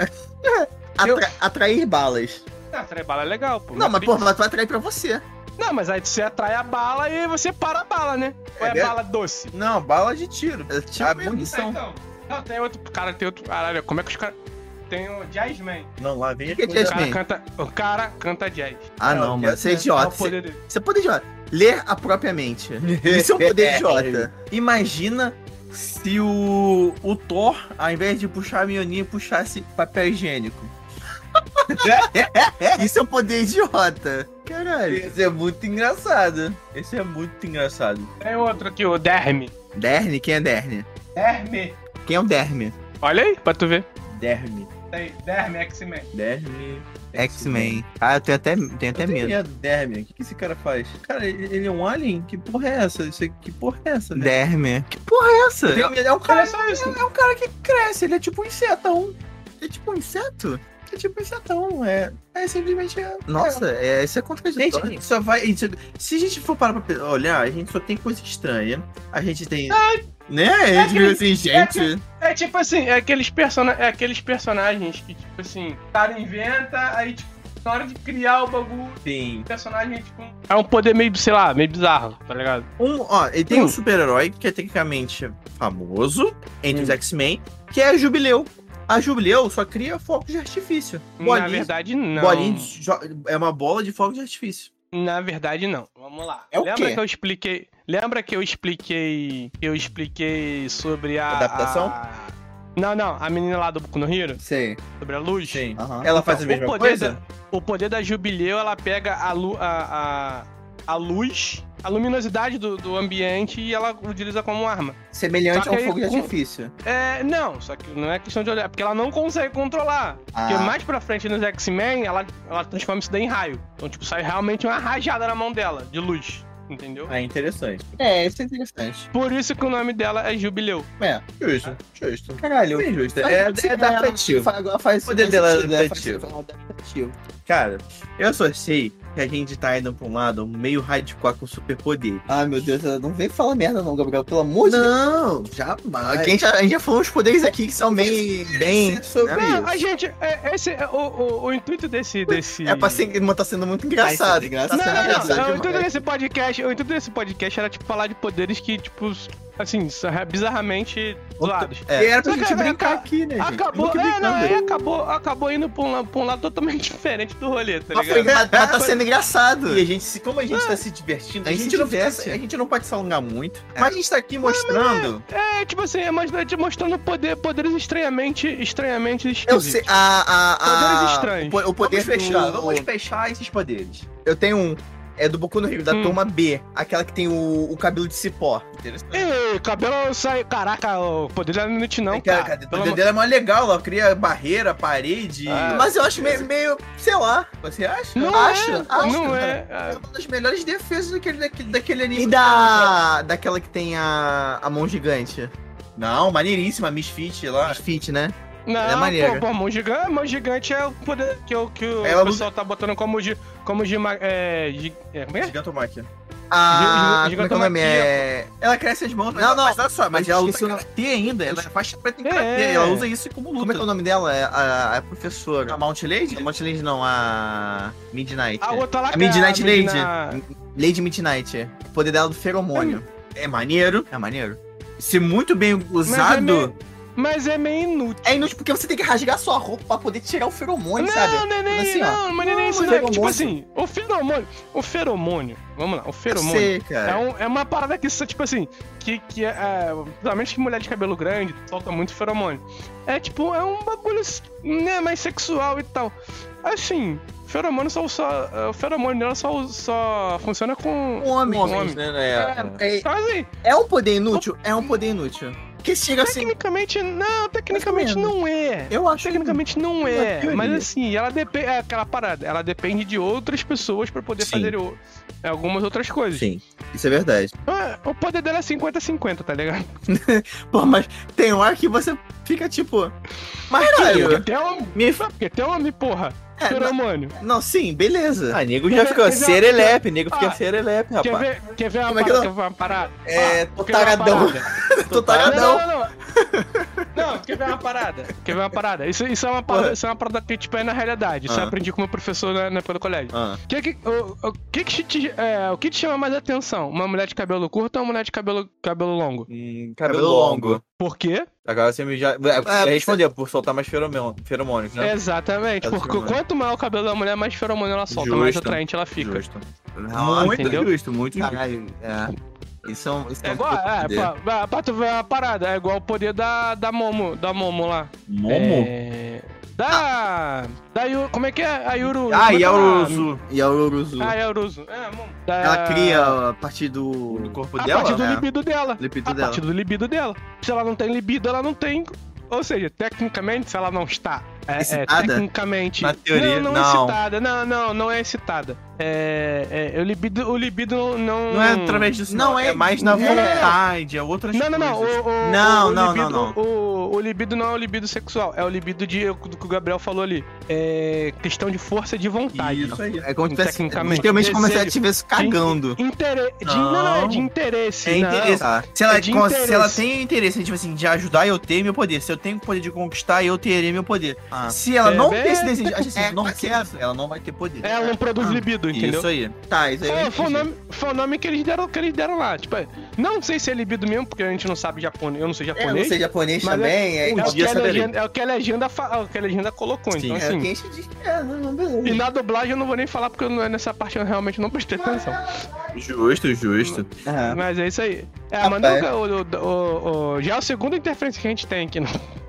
[SPEAKER 2] Atra- atrair balas.
[SPEAKER 1] Ah, atrai bala é legal, pô.
[SPEAKER 2] Não, mas
[SPEAKER 1] tem-
[SPEAKER 2] porra, mas tu vai atrair pra você.
[SPEAKER 1] Não, mas aí você atrai a bala e você para a bala, né? Ou é,
[SPEAKER 3] É, né?
[SPEAKER 1] bala doce?
[SPEAKER 3] Não, bala de tiro.
[SPEAKER 2] Eu
[SPEAKER 3] Ah,
[SPEAKER 2] tiro mesmo.
[SPEAKER 3] bonito. Missão.
[SPEAKER 1] Tá, então. Não, tem outro. Cara, tem outro. Caralho, como é que os caras. Tem o Jazzman.
[SPEAKER 3] Não, lá vem a
[SPEAKER 2] Que
[SPEAKER 1] O
[SPEAKER 2] que é
[SPEAKER 3] coisa.
[SPEAKER 1] cara
[SPEAKER 2] Jazzman.
[SPEAKER 1] canta. O cara canta jazz.
[SPEAKER 2] Ah,
[SPEAKER 3] Não,
[SPEAKER 2] não, mano. Isso é
[SPEAKER 1] É o
[SPEAKER 2] idiota. Isso
[SPEAKER 1] poder dele.
[SPEAKER 2] isso é poder idiota. Ler a própria mente. Isso é um poder idiota.
[SPEAKER 3] Imagina se o, o Thor, ao invés de puxar a mioninha, puxasse papel higiênico.
[SPEAKER 2] Isso é um poder idiota. Caralho.
[SPEAKER 3] é muito engraçado. Esse é muito engraçado.
[SPEAKER 1] Tem outro aqui, o Derme.
[SPEAKER 2] Derne? Quem é Derne?
[SPEAKER 1] Derme.
[SPEAKER 2] Quem é o Derme?
[SPEAKER 1] Olha aí, pra tu ver.
[SPEAKER 3] Derme.
[SPEAKER 1] Tem Derme X-Men.
[SPEAKER 3] Derme.
[SPEAKER 2] X-Men. Ah, eu tenho até, tenho até
[SPEAKER 3] Eu tenho
[SPEAKER 2] medo. né?
[SPEAKER 3] medo. Derme, o que, que esse cara faz? Cara, ele ele é um alien? Que porra é essa? Isso aqui- que porra é essa? velho?
[SPEAKER 2] Derme. Que porra é essa?
[SPEAKER 3] Eu tenho medo. É um
[SPEAKER 1] Olha
[SPEAKER 3] cara,
[SPEAKER 1] só isso.
[SPEAKER 3] é um cara que cresce, ele é tipo um insetão.
[SPEAKER 2] É tipo um inseto?
[SPEAKER 3] É tipo um insetão, é. É simplesmente. é-
[SPEAKER 2] Nossa, é, isso é
[SPEAKER 3] Gente, a
[SPEAKER 2] contraditório.
[SPEAKER 3] gente só vai. a gente- se a gente for parar pra pe- olhar, a gente só tem coisa estranha. A gente tem.
[SPEAKER 2] né? A gente viu assim, gente.
[SPEAKER 1] É tipo assim, é aqueles, persona é aqueles personagens que, tipo assim, o cara inventa, aí, tipo, na hora de criar o bagulho,
[SPEAKER 3] Tem
[SPEAKER 1] o personagem é tipo. É um poder meio, sei lá, meio bizarro, tá ligado?
[SPEAKER 3] um. Ó, ele tem
[SPEAKER 1] Hum.
[SPEAKER 3] um super-herói que é tecnicamente famoso entre os X-Men, que é a Jubileu. A Jubileu só cria fogos de artifício.
[SPEAKER 1] Hum, Na
[SPEAKER 3] Bolinha,
[SPEAKER 1] verdade, não.
[SPEAKER 3] bolinha de jo- é uma bola de fogos de artifício.
[SPEAKER 1] Na verdade, não. Vamos lá.
[SPEAKER 2] É o
[SPEAKER 1] Lembra
[SPEAKER 2] quê?
[SPEAKER 1] que eu expliquei. Lembra que eu expliquei. Eu expliquei sobre a.
[SPEAKER 3] Adaptação?
[SPEAKER 1] a- Não, não. A menina lá do Boku no Hero,
[SPEAKER 2] Sei.
[SPEAKER 1] sobre a luz.
[SPEAKER 2] Aham. Então,
[SPEAKER 3] Ela faz a
[SPEAKER 1] o
[SPEAKER 3] mesma
[SPEAKER 1] poder
[SPEAKER 3] coisa?
[SPEAKER 1] da- O poder da Jubileu, ela pega a, lu- a, a, a luz, a luminosidade do, do ambiente e ela utiliza como arma.
[SPEAKER 2] Semelhante
[SPEAKER 1] Só
[SPEAKER 2] a um
[SPEAKER 1] que aí,
[SPEAKER 2] fogo de
[SPEAKER 1] com-
[SPEAKER 2] artifício.
[SPEAKER 1] É, não, só que não é questão de olhar, porque ela não consegue controlar. Porque
[SPEAKER 2] Ah.
[SPEAKER 1] mais pra frente nos X-Men, ela, ela transforma isso daí em raio. Então, tipo, sai realmente uma rajada na mão dela, de luz. entendeu?
[SPEAKER 3] Ah, interessante.
[SPEAKER 2] É, isso é interessante.
[SPEAKER 1] Por isso que o nome dela é Jubileu.
[SPEAKER 2] É.
[SPEAKER 3] Justo, justo.
[SPEAKER 2] Caralho,
[SPEAKER 3] Bem justo. É, é da afetivo.
[SPEAKER 2] Agora faz
[SPEAKER 3] O poder dela é
[SPEAKER 2] sentido, né? Faz
[SPEAKER 3] afetivo.
[SPEAKER 2] sentido, é afetivo.
[SPEAKER 3] Cara, eu só sei que a gente tá indo pra um lado meio hardcore com superpoder.
[SPEAKER 2] Ai, meu Deus, não vem falar merda não, Gabriel, pelo amor de Deus.
[SPEAKER 3] Não, jamais.
[SPEAKER 2] Aqui a gente, já- a gente já falou uns poderes aqui que são bem. bem
[SPEAKER 3] É sobre
[SPEAKER 2] né?
[SPEAKER 1] Ah, a gente, é- esse, é o, o, o intuito desse. desse...
[SPEAKER 2] É pra ser, mas tá sendo muito engraçado.
[SPEAKER 3] Ai, isso
[SPEAKER 1] Não,
[SPEAKER 2] tá sendo
[SPEAKER 1] não, não,
[SPEAKER 2] engraçado
[SPEAKER 1] O intuito
[SPEAKER 2] demais.
[SPEAKER 1] desse podcast, o intuito desse podcast era tipo falar de poderes que, tipo, assim, são bizarramente zoados.
[SPEAKER 3] É.
[SPEAKER 2] E era pra
[SPEAKER 1] Só que
[SPEAKER 2] gente
[SPEAKER 1] a-
[SPEAKER 2] brincar aqui, né, gente?
[SPEAKER 1] Acabou,
[SPEAKER 2] Nunca né?
[SPEAKER 1] é, não,
[SPEAKER 2] brincando.
[SPEAKER 1] é, acabou, acabou indo pra um, la- pra um lado totalmente diferente do rolê, tá
[SPEAKER 2] Mas foi-
[SPEAKER 1] ligado?
[SPEAKER 2] mas- mas tá sendo engraçado.
[SPEAKER 3] E a gente, se- como a gente tá se divertindo,
[SPEAKER 2] Ah, A
[SPEAKER 3] a,
[SPEAKER 2] gente assim.
[SPEAKER 3] gente
[SPEAKER 2] se
[SPEAKER 3] não,
[SPEAKER 2] diverte.
[SPEAKER 3] a gente não pode se alongar muito.
[SPEAKER 2] É.
[SPEAKER 3] Mas a gente tá aqui mostrando.
[SPEAKER 1] É, tipo assim, é mais- é te mostrando poder, poderes estranhamente, estranhamente
[SPEAKER 2] Eu
[SPEAKER 1] esquisitos.
[SPEAKER 2] sei, a, a,
[SPEAKER 1] Poderes
[SPEAKER 2] a,
[SPEAKER 1] estranhos.
[SPEAKER 2] o po- O poder
[SPEAKER 3] vamos fechar,
[SPEAKER 2] do-
[SPEAKER 3] vamos fechar esses poderes.
[SPEAKER 2] Eu tenho um. É do Boku no Rio, da
[SPEAKER 1] Hum.
[SPEAKER 2] turma B. Aquela que tem o, o cabelo de cipó.
[SPEAKER 3] Interessante.
[SPEAKER 1] Ei, cabelo sai. Caraca, o poder da Minute não,
[SPEAKER 3] Cara,
[SPEAKER 1] cara.
[SPEAKER 3] cara, o
[SPEAKER 1] Pelo
[SPEAKER 3] poder
[SPEAKER 1] amor-
[SPEAKER 3] dela é mais legal, ela cria barreira, parede.
[SPEAKER 1] Ah.
[SPEAKER 2] Mas eu acho meio, meio, sei lá. Você acha?
[SPEAKER 1] Não
[SPEAKER 2] acho,
[SPEAKER 1] é,
[SPEAKER 2] acho.
[SPEAKER 1] não
[SPEAKER 2] cara.
[SPEAKER 1] é.
[SPEAKER 3] É
[SPEAKER 1] é.
[SPEAKER 3] uma das melhores defesas daquele, daquele, daquele anime.
[SPEAKER 2] E da. daquela que tem a, a mão gigante.
[SPEAKER 3] Não, maneiríssima, Misfit lá.
[SPEAKER 2] Fit, né?
[SPEAKER 1] Não,
[SPEAKER 2] é maneiro.
[SPEAKER 1] pô, pô, mão gigante, mão gigante é o poder que, o- que o
[SPEAKER 3] Ela
[SPEAKER 1] pessoal tá botando como de. Como de. ma- É, gi- é, como é?
[SPEAKER 3] Gigantomáquia.
[SPEAKER 2] A.
[SPEAKER 3] Ah,
[SPEAKER 1] Gi- gi-
[SPEAKER 2] como é que é o nome? É.
[SPEAKER 3] Ela cresce as mãos, mas,
[SPEAKER 2] Não, não.
[SPEAKER 3] mas olha só, mas
[SPEAKER 2] Eu
[SPEAKER 3] ela
[SPEAKER 2] esqueci
[SPEAKER 3] usa
[SPEAKER 2] o nome.
[SPEAKER 3] karatê ainda, ela é faixa preta em
[SPEAKER 1] É.
[SPEAKER 3] karatê, ela usa isso como
[SPEAKER 2] Como é que é
[SPEAKER 3] luta.
[SPEAKER 2] o nome dela? É a, a professora.
[SPEAKER 3] A Mount Lady?
[SPEAKER 2] A Mount Lady não, a. Midnight.
[SPEAKER 1] A outra lá
[SPEAKER 2] A Midnight
[SPEAKER 1] que é a
[SPEAKER 2] Lady.
[SPEAKER 1] Midna-
[SPEAKER 2] Lady Midnight. O poder dela é do feromônio.
[SPEAKER 3] É maneiro.
[SPEAKER 2] É maneiro.
[SPEAKER 3] Se muito bem
[SPEAKER 1] Mas é
[SPEAKER 3] usado,
[SPEAKER 1] meio, mas é meio inútil.
[SPEAKER 2] É inútil porque você tem que rasgar sua roupa pra poder tirar o feromônio,
[SPEAKER 1] não,
[SPEAKER 2] sabe?
[SPEAKER 1] não, é nem,
[SPEAKER 2] Assim, ó.
[SPEAKER 1] não, mas não é nem isso,
[SPEAKER 2] Não,
[SPEAKER 1] não.
[SPEAKER 2] feromônio.
[SPEAKER 1] Tipo assim, o feromônio. O feromônio. Vamos lá, o feromônio.
[SPEAKER 2] Sei, cara.
[SPEAKER 1] É, um- é uma parada que, isso é, tipo assim, que, que é, é. Principalmente que mulher de cabelo grande solta muito feromônio. É tipo, é um bagulho né, mais sexual e tal. Assim, feromônio só. só é, o feromônio dela só, só funciona com.
[SPEAKER 2] Um homem,
[SPEAKER 1] com É um homem.
[SPEAKER 3] né? É,
[SPEAKER 2] É,
[SPEAKER 1] Então, assim,
[SPEAKER 2] é um poder inútil? É um poder inútil. Porque chega assim.
[SPEAKER 1] tecnicamente. Não, tecnicamente
[SPEAKER 2] menos.
[SPEAKER 1] não é.
[SPEAKER 2] Eu acho que
[SPEAKER 1] Tecnicamente não é,
[SPEAKER 2] teoria.
[SPEAKER 1] mas assim, ela depende. É aquela parada, ela depende de outras pessoas pra poder
[SPEAKER 3] Sim.
[SPEAKER 1] fazer o- é, algumas outras coisas.
[SPEAKER 3] Sim.
[SPEAKER 2] isso é verdade.
[SPEAKER 1] Ah, O poder dela é 50-50, tá ligado?
[SPEAKER 2] Pô, mas tem hora que você fica tipo. Marquinho,
[SPEAKER 1] Porque tem homem,
[SPEAKER 2] me fa-
[SPEAKER 1] porque tem homem, porra.
[SPEAKER 2] É, não-
[SPEAKER 1] Feromônio.
[SPEAKER 2] Não, sim, beleza.
[SPEAKER 3] Ah, nego já ficou
[SPEAKER 1] Exato.
[SPEAKER 3] serelepe, nego fica
[SPEAKER 1] Ah,
[SPEAKER 3] serelepe,
[SPEAKER 1] Quer
[SPEAKER 3] rapaz.
[SPEAKER 1] ver, quer ver uma,
[SPEAKER 2] Como é que
[SPEAKER 1] parada, uma parada?
[SPEAKER 2] É,
[SPEAKER 1] Ah,
[SPEAKER 2] tô
[SPEAKER 1] quer ver uma
[SPEAKER 2] taradão.
[SPEAKER 1] parada?
[SPEAKER 2] Tô
[SPEAKER 1] Não,
[SPEAKER 2] taradão.
[SPEAKER 1] não, não. Não, Não, quer ver uma parada? Quer ver uma parada? Isso, isso, é, uma parada
[SPEAKER 2] Porra.
[SPEAKER 1] isso é uma parada que, tipo, é na realidade. Isso
[SPEAKER 3] Ah.
[SPEAKER 1] eu aprendi com meu professor na, na- pelo colégio.
[SPEAKER 3] Ah.
[SPEAKER 1] Que é que- o, o que, que te, é, o que te chama mais atenção? Uma mulher de cabelo curto ou uma mulher de cabelo, cabelo longo?
[SPEAKER 3] Hum, cabelo,
[SPEAKER 2] Cabelo
[SPEAKER 3] longo.
[SPEAKER 2] longo.
[SPEAKER 1] Por quê?
[SPEAKER 3] Agora você me já.
[SPEAKER 2] Ah,
[SPEAKER 3] É,
[SPEAKER 2] você-
[SPEAKER 3] você respondeu, por soltar mais feromônio- feromônios, né?
[SPEAKER 1] Exatamente.
[SPEAKER 3] É
[SPEAKER 1] Porque
[SPEAKER 3] feromônio.
[SPEAKER 1] quanto maior o cabelo da mulher, mais feromônio ela solta, mais
[SPEAKER 3] Justo.
[SPEAKER 1] atraente ela fica.
[SPEAKER 3] Justo.
[SPEAKER 2] Não,
[SPEAKER 1] Muito entendeu?
[SPEAKER 3] justo, muito
[SPEAKER 2] Caralho, é. Isso é um. Isso
[SPEAKER 1] É
[SPEAKER 2] um
[SPEAKER 1] igual, é,
[SPEAKER 2] poder.
[SPEAKER 1] pra, pra- pra tu ver uma parada, é igual o poder da, da Momo, da Momo lá.
[SPEAKER 3] Momo?
[SPEAKER 1] É, da. Da Yuru. Como é que é? A Yuru.
[SPEAKER 3] Ah,
[SPEAKER 1] como é que
[SPEAKER 3] e
[SPEAKER 1] é
[SPEAKER 3] a
[SPEAKER 1] o nome?
[SPEAKER 3] Uruzu.
[SPEAKER 2] E a Uruzu.
[SPEAKER 1] Ah, Yauruzu. É, Momo. Da-
[SPEAKER 2] Ela cria a partir do.
[SPEAKER 3] Do corpo
[SPEAKER 1] a
[SPEAKER 3] dela?
[SPEAKER 1] partir do
[SPEAKER 2] né?
[SPEAKER 1] libido dela.
[SPEAKER 2] lipido
[SPEAKER 1] A
[SPEAKER 2] dela.
[SPEAKER 1] partir do libido dela. Se ela não tem libido, ela não tem. Ou seja, tecnicamente, se ela não está. É, é,
[SPEAKER 2] Excitada?
[SPEAKER 1] tecnicamente.
[SPEAKER 3] Na teoria,
[SPEAKER 1] não, não, é
[SPEAKER 3] não.
[SPEAKER 1] excitada. Não, não, não é excitada. É, é, o libido, o libido não, não.
[SPEAKER 3] Não é através disso, não.
[SPEAKER 2] Não,
[SPEAKER 3] é,
[SPEAKER 2] é-
[SPEAKER 3] mais na
[SPEAKER 2] é.
[SPEAKER 3] vontade, é outras
[SPEAKER 1] Não, não, não. O,
[SPEAKER 3] coisas.
[SPEAKER 1] o-
[SPEAKER 2] Não,
[SPEAKER 1] o
[SPEAKER 2] não, não,
[SPEAKER 1] libido,
[SPEAKER 2] não.
[SPEAKER 1] O, o libido não é o libido sexual, é o libido de, do que o Gabriel falou ali. É questão de força de vontade. Então,
[SPEAKER 3] Isso aí.
[SPEAKER 2] É como se tivesse.
[SPEAKER 1] Tecnicamente.
[SPEAKER 2] Literalmente como se ela
[SPEAKER 1] Desejo.
[SPEAKER 2] estivesse cagando.
[SPEAKER 1] Intere... De, não. não, é de interesse.
[SPEAKER 3] É
[SPEAKER 1] não.
[SPEAKER 3] interesse. Se ela,
[SPEAKER 1] É de
[SPEAKER 3] cons- se ela
[SPEAKER 1] interesse.
[SPEAKER 3] tem interesse tipo assim, de ajudar, eu tenho meu poder. Se eu tenho o poder de conquistar, eu terei meu poder.
[SPEAKER 2] Ah.
[SPEAKER 3] Se ela
[SPEAKER 1] É,
[SPEAKER 3] não
[SPEAKER 1] bem-
[SPEAKER 3] tem esse desejo, acha assim,
[SPEAKER 2] É,
[SPEAKER 3] não
[SPEAKER 2] tá
[SPEAKER 3] quer, ela não vai ter poder.
[SPEAKER 1] Ela não produz
[SPEAKER 2] Ah,
[SPEAKER 1] libido, entendeu?
[SPEAKER 3] Isso aí.
[SPEAKER 2] Tá, isso aí.
[SPEAKER 1] Foi,
[SPEAKER 2] eu
[SPEAKER 1] É, foi o
[SPEAKER 2] entendi.
[SPEAKER 1] nome, foi o nome que eles deram, que eles deram lá. Tipo, é, não sei se é libido mesmo, porque a gente não sabe japonês. Eu não sei
[SPEAKER 2] É, eu
[SPEAKER 1] japonês.
[SPEAKER 2] não sei japonês
[SPEAKER 1] Mas
[SPEAKER 2] também. É,
[SPEAKER 1] É o, que
[SPEAKER 3] dia
[SPEAKER 1] a
[SPEAKER 3] saberei.
[SPEAKER 1] legenda, é o que a legenda fa- é o que a legenda colocou,
[SPEAKER 3] Sim.
[SPEAKER 1] então
[SPEAKER 2] é,
[SPEAKER 1] assim.
[SPEAKER 2] quem te diz que é, não, não,
[SPEAKER 1] E
[SPEAKER 2] beleza.
[SPEAKER 1] na dublagem eu não vou nem falar porque eu não- nessa parte eu realmente não prestei atenção.
[SPEAKER 3] Justo, justo.
[SPEAKER 2] Ah,
[SPEAKER 1] Mas é isso aí. É,
[SPEAKER 2] Rapaz.
[SPEAKER 1] Manduca, o, o- o- o- já é a segunda interferência que a gente tem aqui. né?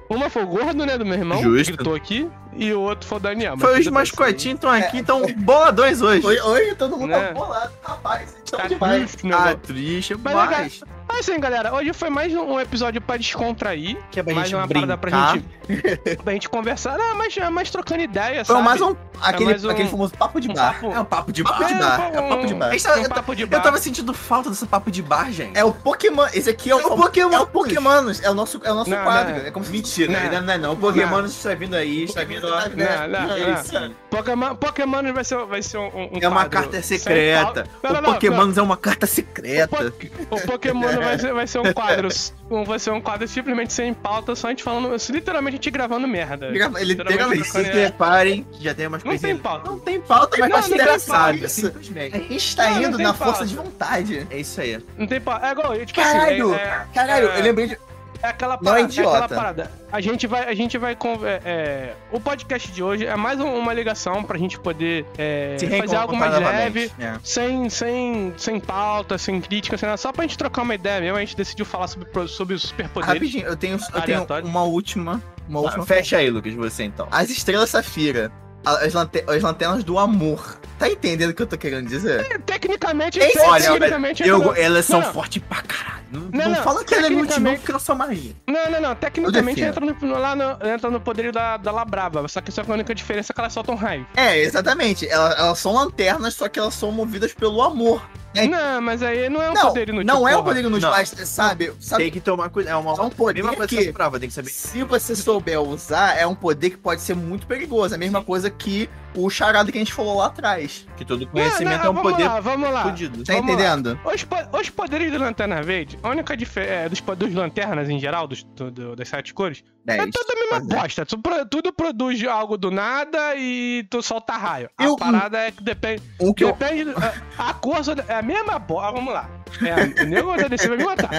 [SPEAKER 1] Uma foi o gordo, né, do meu irmão,
[SPEAKER 3] Justo.
[SPEAKER 1] que gritou aqui. e o outro foi o Daniel. mas
[SPEAKER 3] Foi
[SPEAKER 1] tudo
[SPEAKER 3] os
[SPEAKER 1] bem,
[SPEAKER 3] mascotinhos estão aqui, estão boladões hoje.
[SPEAKER 2] Hoje, hoje todo mundo
[SPEAKER 1] Né?
[SPEAKER 2] tá bolado, rapaz. Então
[SPEAKER 1] Tá
[SPEAKER 2] demais.
[SPEAKER 1] triste, né,
[SPEAKER 3] Ah,
[SPEAKER 1] mano?
[SPEAKER 3] triste,
[SPEAKER 1] Mas,
[SPEAKER 3] mas...
[SPEAKER 1] Mas assim, galera, hoje foi mais um episódio pra descontrair.
[SPEAKER 3] Que é pra
[SPEAKER 1] mais
[SPEAKER 3] gente
[SPEAKER 1] uma parada pra
[SPEAKER 3] brincar.
[SPEAKER 1] gente, pra gente conversar. Ah, mas, mas trocando ideia,
[SPEAKER 2] Foi
[SPEAKER 1] sabe?
[SPEAKER 2] mais um. Aquele,
[SPEAKER 1] mais um-
[SPEAKER 2] aquele famoso papo de
[SPEAKER 1] um
[SPEAKER 2] bar.
[SPEAKER 1] papo-
[SPEAKER 2] É um papo de bar.
[SPEAKER 1] É,
[SPEAKER 2] É um papo de bar.
[SPEAKER 3] Esse é-
[SPEAKER 1] um papo de bar.
[SPEAKER 3] Eu tava sentindo falta desse papo de bar, gente.
[SPEAKER 2] É o Pokémon. Esse aqui é o,
[SPEAKER 3] É o
[SPEAKER 2] famo-
[SPEAKER 3] Pokémon.
[SPEAKER 2] É o Pokémon. É o nosso, é o nosso
[SPEAKER 1] Não,
[SPEAKER 2] quadro.
[SPEAKER 1] não.
[SPEAKER 2] É como se
[SPEAKER 3] Mentira,
[SPEAKER 1] Não.
[SPEAKER 3] não, não, não, não. O Pokémon está vindo aí, está vindo lá.
[SPEAKER 2] Não, não,
[SPEAKER 1] não.
[SPEAKER 3] É isso.
[SPEAKER 1] Pokémon, Pokémon vai ser, vai ser um, um
[SPEAKER 3] É uma
[SPEAKER 1] quadro
[SPEAKER 3] carta
[SPEAKER 1] sem pau- Não,
[SPEAKER 3] secreta.
[SPEAKER 1] não,
[SPEAKER 3] O
[SPEAKER 1] não, não.
[SPEAKER 3] Pokémon é uma carta
[SPEAKER 1] O,
[SPEAKER 3] secreta.
[SPEAKER 1] po o Pokémon vai ser, vai ser um quadro. um- Vai ser um quadro simplesmente sem pauta, só a gente falando. Literalmente a gente gravando merda.
[SPEAKER 2] Ele pega
[SPEAKER 1] Literalmente
[SPEAKER 2] a
[SPEAKER 3] Se
[SPEAKER 1] trocando-
[SPEAKER 3] preparem, que já tem umas
[SPEAKER 1] Não tem
[SPEAKER 3] coisinhas.
[SPEAKER 1] pauta.
[SPEAKER 3] Não tem pauta, mas
[SPEAKER 1] Não,
[SPEAKER 3] você
[SPEAKER 1] não
[SPEAKER 3] já
[SPEAKER 1] tem
[SPEAKER 3] sabe.
[SPEAKER 2] pauta.
[SPEAKER 3] Simplesmente.
[SPEAKER 2] A gente tá
[SPEAKER 1] Não, não
[SPEAKER 2] indo
[SPEAKER 1] tem
[SPEAKER 2] na
[SPEAKER 1] pauta.
[SPEAKER 2] força de vontade.
[SPEAKER 3] É isso aí.
[SPEAKER 1] Não tem pauta. É igual, tipo
[SPEAKER 2] Caralho!
[SPEAKER 1] assim. é-
[SPEAKER 2] Caralho,
[SPEAKER 1] é-
[SPEAKER 2] eu lembrei de.
[SPEAKER 1] É aquela
[SPEAKER 2] Não
[SPEAKER 1] parada.
[SPEAKER 2] é
[SPEAKER 1] é aquela
[SPEAKER 2] idiota.
[SPEAKER 1] parada. A gente vai. A gente vai con- é, é, o podcast de hoje é mais um- uma ligação pra gente poder é, fazer algo mais leve.
[SPEAKER 3] É.
[SPEAKER 1] Sem, sem, sem pauta, sem crítica, sem nada. Só pra gente trocar uma ideia mesmo, a gente decidiu falar sobre, pro- sobre os superpoderes.
[SPEAKER 2] Rapidinho, eu tenho, eu tenho
[SPEAKER 1] Aleatório.
[SPEAKER 2] uma última. Uma
[SPEAKER 3] Tá,
[SPEAKER 2] última.
[SPEAKER 3] fecha aí, Lucas, você então.
[SPEAKER 2] As estrelas safira. a- As, lante- as lanternas do amor. Tá entendendo o que eu tô querendo dizer?
[SPEAKER 1] É, Tecnicamente,
[SPEAKER 2] Esse-
[SPEAKER 3] Olha,
[SPEAKER 1] tecnicamente
[SPEAKER 3] Eu-
[SPEAKER 1] não-
[SPEAKER 3] elas são
[SPEAKER 1] não.
[SPEAKER 3] fortes pra caralho. Não,
[SPEAKER 1] Não,
[SPEAKER 3] não
[SPEAKER 1] não,
[SPEAKER 3] fala que ela é inútil, não,
[SPEAKER 1] tecnicamente-
[SPEAKER 3] porque ela só magia.
[SPEAKER 1] Não, não, não. Tecnicamente
[SPEAKER 2] Eu
[SPEAKER 1] entra no, lá no, entra no poderio da, da Labrava. Só que só que a única diferença é que elas soltam raio.
[SPEAKER 2] É, exatamente. Ela- Elas, são lanternas, só que elas são movidas pelo amor. É-
[SPEAKER 1] Não, mas aí não é um
[SPEAKER 2] não,
[SPEAKER 1] poder inútil.
[SPEAKER 2] não é um
[SPEAKER 1] porra.
[SPEAKER 2] poder nos
[SPEAKER 3] Não.
[SPEAKER 2] mas, sabe? sabe
[SPEAKER 3] Tem que tomar cuidado. É uma
[SPEAKER 2] É Tá um poder
[SPEAKER 3] mesma coisa
[SPEAKER 2] que-
[SPEAKER 3] que essa prova, tem que saber.
[SPEAKER 2] Se você souber usar, é um poder que pode ser muito perigoso. É a mesma coisa que o charada que a gente falou lá atrás.
[SPEAKER 3] Que todo
[SPEAKER 1] Não, não,
[SPEAKER 3] conhecimento é um
[SPEAKER 1] vamos
[SPEAKER 3] poder
[SPEAKER 1] Lá, vamos lá.
[SPEAKER 3] fudido.
[SPEAKER 2] Tá
[SPEAKER 1] Vamos lá.
[SPEAKER 2] entendendo?
[SPEAKER 1] Os, po- os poderes do Lanterna Verde, a única diferença dos, po- dos lanternas em geral, dos, do- do- das sete cores, é
[SPEAKER 2] Dez.
[SPEAKER 1] tudo a mesma
[SPEAKER 2] Pois é.
[SPEAKER 1] bosta. Tu pro- tudo produz algo do nada e tu solta raio. A
[SPEAKER 2] Eu-
[SPEAKER 1] parada é que depende.
[SPEAKER 2] Um que eu...
[SPEAKER 1] depende do- a, a cor só- é a mesma bosta. Vamos lá. É, o nego da DC vai me matar.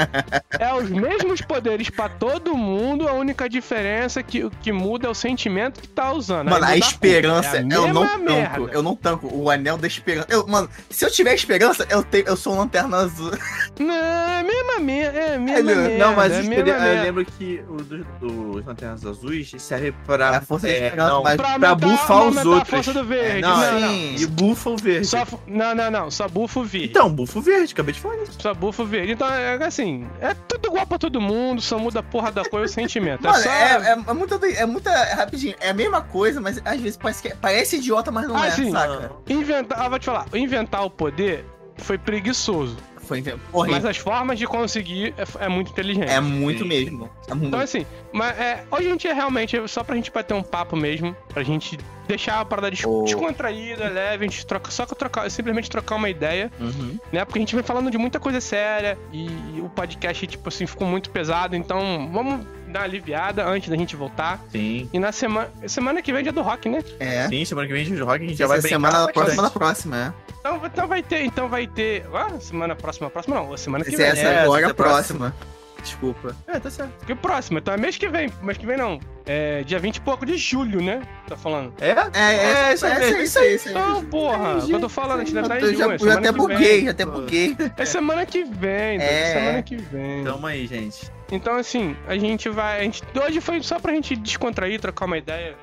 [SPEAKER 1] É os mesmos poderes pra todo mundo, a única diferença que, que muda é o sentimento que tá usando. Aí
[SPEAKER 2] Mano,
[SPEAKER 1] muda
[SPEAKER 2] a
[SPEAKER 1] cor.
[SPEAKER 2] esperança,
[SPEAKER 1] É a
[SPEAKER 2] eu não
[SPEAKER 1] mesma
[SPEAKER 2] tanco,
[SPEAKER 1] merda.
[SPEAKER 2] eu não tanco. O anel da esperança. Eu, mano, se eu tiver esperança, eu, tenho, eu sou um lanterna azul.
[SPEAKER 1] Não, é a mesma, me é a mesma
[SPEAKER 2] não,
[SPEAKER 1] merda.
[SPEAKER 3] Não, mas
[SPEAKER 1] é a
[SPEAKER 3] os
[SPEAKER 1] mesma
[SPEAKER 3] poder- eu
[SPEAKER 1] merda.
[SPEAKER 3] lembro que o dos, dos Lanternas Azuis serve pra.
[SPEAKER 2] É a força de
[SPEAKER 3] é,
[SPEAKER 2] esperança,
[SPEAKER 3] não,
[SPEAKER 2] mas-
[SPEAKER 1] pra,
[SPEAKER 3] pra
[SPEAKER 1] aumentar-
[SPEAKER 3] bufar os
[SPEAKER 1] aumentar
[SPEAKER 3] outros.
[SPEAKER 1] A força do verde.
[SPEAKER 3] É,
[SPEAKER 1] não,
[SPEAKER 3] não,
[SPEAKER 1] não,
[SPEAKER 2] sim.
[SPEAKER 3] E bufa o verde.
[SPEAKER 1] Só, fu- não, não, não. Só bufa o verde.
[SPEAKER 3] Então, bufa o verde, acabei de falar isso.
[SPEAKER 1] Só bufa o verde. Então, é assim, é tudo igual pra todo mundo, só muda a porra da cor e o sentimento.
[SPEAKER 2] Mano,
[SPEAKER 1] é só.
[SPEAKER 2] é, é, é muita. É muita. Rapidinho, é a mesma coisa, mas às vezes parece, que é- parece idiota, mas não
[SPEAKER 1] Ah,
[SPEAKER 2] é,
[SPEAKER 1] sim.
[SPEAKER 2] saca?
[SPEAKER 1] Inventar. Ah, vou te falar, inventar o poder foi preguiçoso.
[SPEAKER 2] Foi inve- Porra,
[SPEAKER 1] Mas as formas de conseguir é, é muito inteligente.
[SPEAKER 2] é muito mesmo. É muito.
[SPEAKER 1] Então, assim, mas é, hoje a gente é realmente só pra gente bater um papo mesmo, pra gente deixar a parada des-
[SPEAKER 2] Oh.
[SPEAKER 1] descontraída, leve, a gente troca, só que trocar, simplesmente trocar uma ideia.
[SPEAKER 2] Uhum.
[SPEAKER 1] né? Porque a gente vem falando de muita coisa séria e o podcast, tipo assim, ficou muito pesado. Então, vamos dar uma aliviada antes da gente voltar.
[SPEAKER 3] Sim.
[SPEAKER 1] E na semana. Semana que vem é dia do rock, né?
[SPEAKER 2] É.
[SPEAKER 3] Sim, semana que vem a gente joga, a gente já
[SPEAKER 2] Já
[SPEAKER 3] vai brincar
[SPEAKER 2] semana
[SPEAKER 3] bastante.
[SPEAKER 2] próxima, semana próxima, é.
[SPEAKER 1] Então, então vai ter. Então vai ter. Ah, semana próxima, próxima não. Semana que
[SPEAKER 2] Se
[SPEAKER 1] vem.
[SPEAKER 2] essa
[SPEAKER 3] né?
[SPEAKER 2] agora é
[SPEAKER 3] Essa é
[SPEAKER 2] próxima. Desculpa.
[SPEAKER 3] É, tá certo.
[SPEAKER 1] Que próxima. Então é mês que vem. Mês que vem não. É dia 20 e pouco de julho, né? Tá falando.
[SPEAKER 3] É?
[SPEAKER 2] É, é,
[SPEAKER 3] É,
[SPEAKER 2] é
[SPEAKER 3] isso
[SPEAKER 2] isso
[SPEAKER 3] aí,
[SPEAKER 2] aí, isso aí. isso aí.
[SPEAKER 1] Então, porra,
[SPEAKER 3] gente,
[SPEAKER 1] quando eu tô falando, a gente ainda tá em
[SPEAKER 2] Eu já,
[SPEAKER 1] junho.
[SPEAKER 2] eu
[SPEAKER 1] é
[SPEAKER 2] Então já
[SPEAKER 1] semana
[SPEAKER 2] até
[SPEAKER 1] que
[SPEAKER 2] buguei,
[SPEAKER 1] vem.
[SPEAKER 2] já até buguei.
[SPEAKER 1] É semana que vem, Dudu,
[SPEAKER 2] É.
[SPEAKER 1] semana que vem.
[SPEAKER 3] Tamo aí, gente.
[SPEAKER 1] Então, assim, a gente vai. A gente, hoje foi só pra gente descontrair, trocar uma ideia,